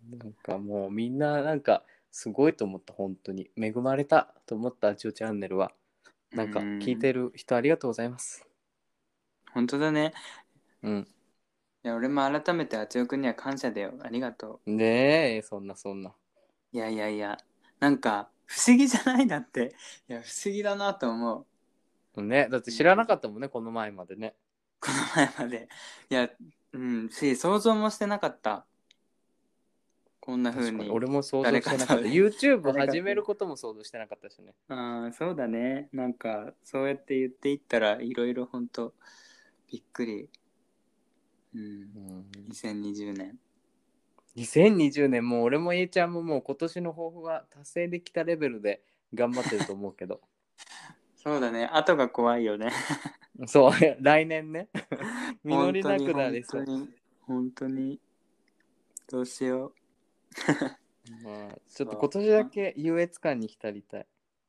Speaker 1: なんかもうみんななんかすごいと思った、本当に。恵まれたと思った、ジオチャンネルは。なんか聞いてる
Speaker 2: る。
Speaker 1: 人ありがとうございます。
Speaker 2: 本当だね。
Speaker 1: うん。
Speaker 2: いや、俺も改めてあちおくんには感謝だよ。ありがと
Speaker 1: ねえ、そんなそんな。
Speaker 2: う。いやいやいや、なんか不思議じゃないだって。 いや、不思議だなと思う。
Speaker 1: ね、だって知らなかったもんね、この前までね。
Speaker 2: この前まで。いや、うん、し、想像もしてなかった。こんな風
Speaker 1: 確か
Speaker 2: に。
Speaker 1: に俺も想像してなかった。
Speaker 2: 誰かと
Speaker 1: YouTube 始めることも想像してなかったしね。
Speaker 2: ああ、そうだね。なんか、そうやって言っていったら、いろいろ本当びっくり。うん
Speaker 1: う。ん、
Speaker 2: 2020年。
Speaker 1: 2020年、もう俺も A ちゃんももう今年の抱負は達成できたレベルで頑張ってると思う けど。
Speaker 2: そうだね後が怖いよね
Speaker 1: そう、来年 ね。実りなくなりそう
Speaker 2: 本。当に本当に本当にどうしよう
Speaker 1: まあ、ちょっと今年だけ優越感に浸りたい。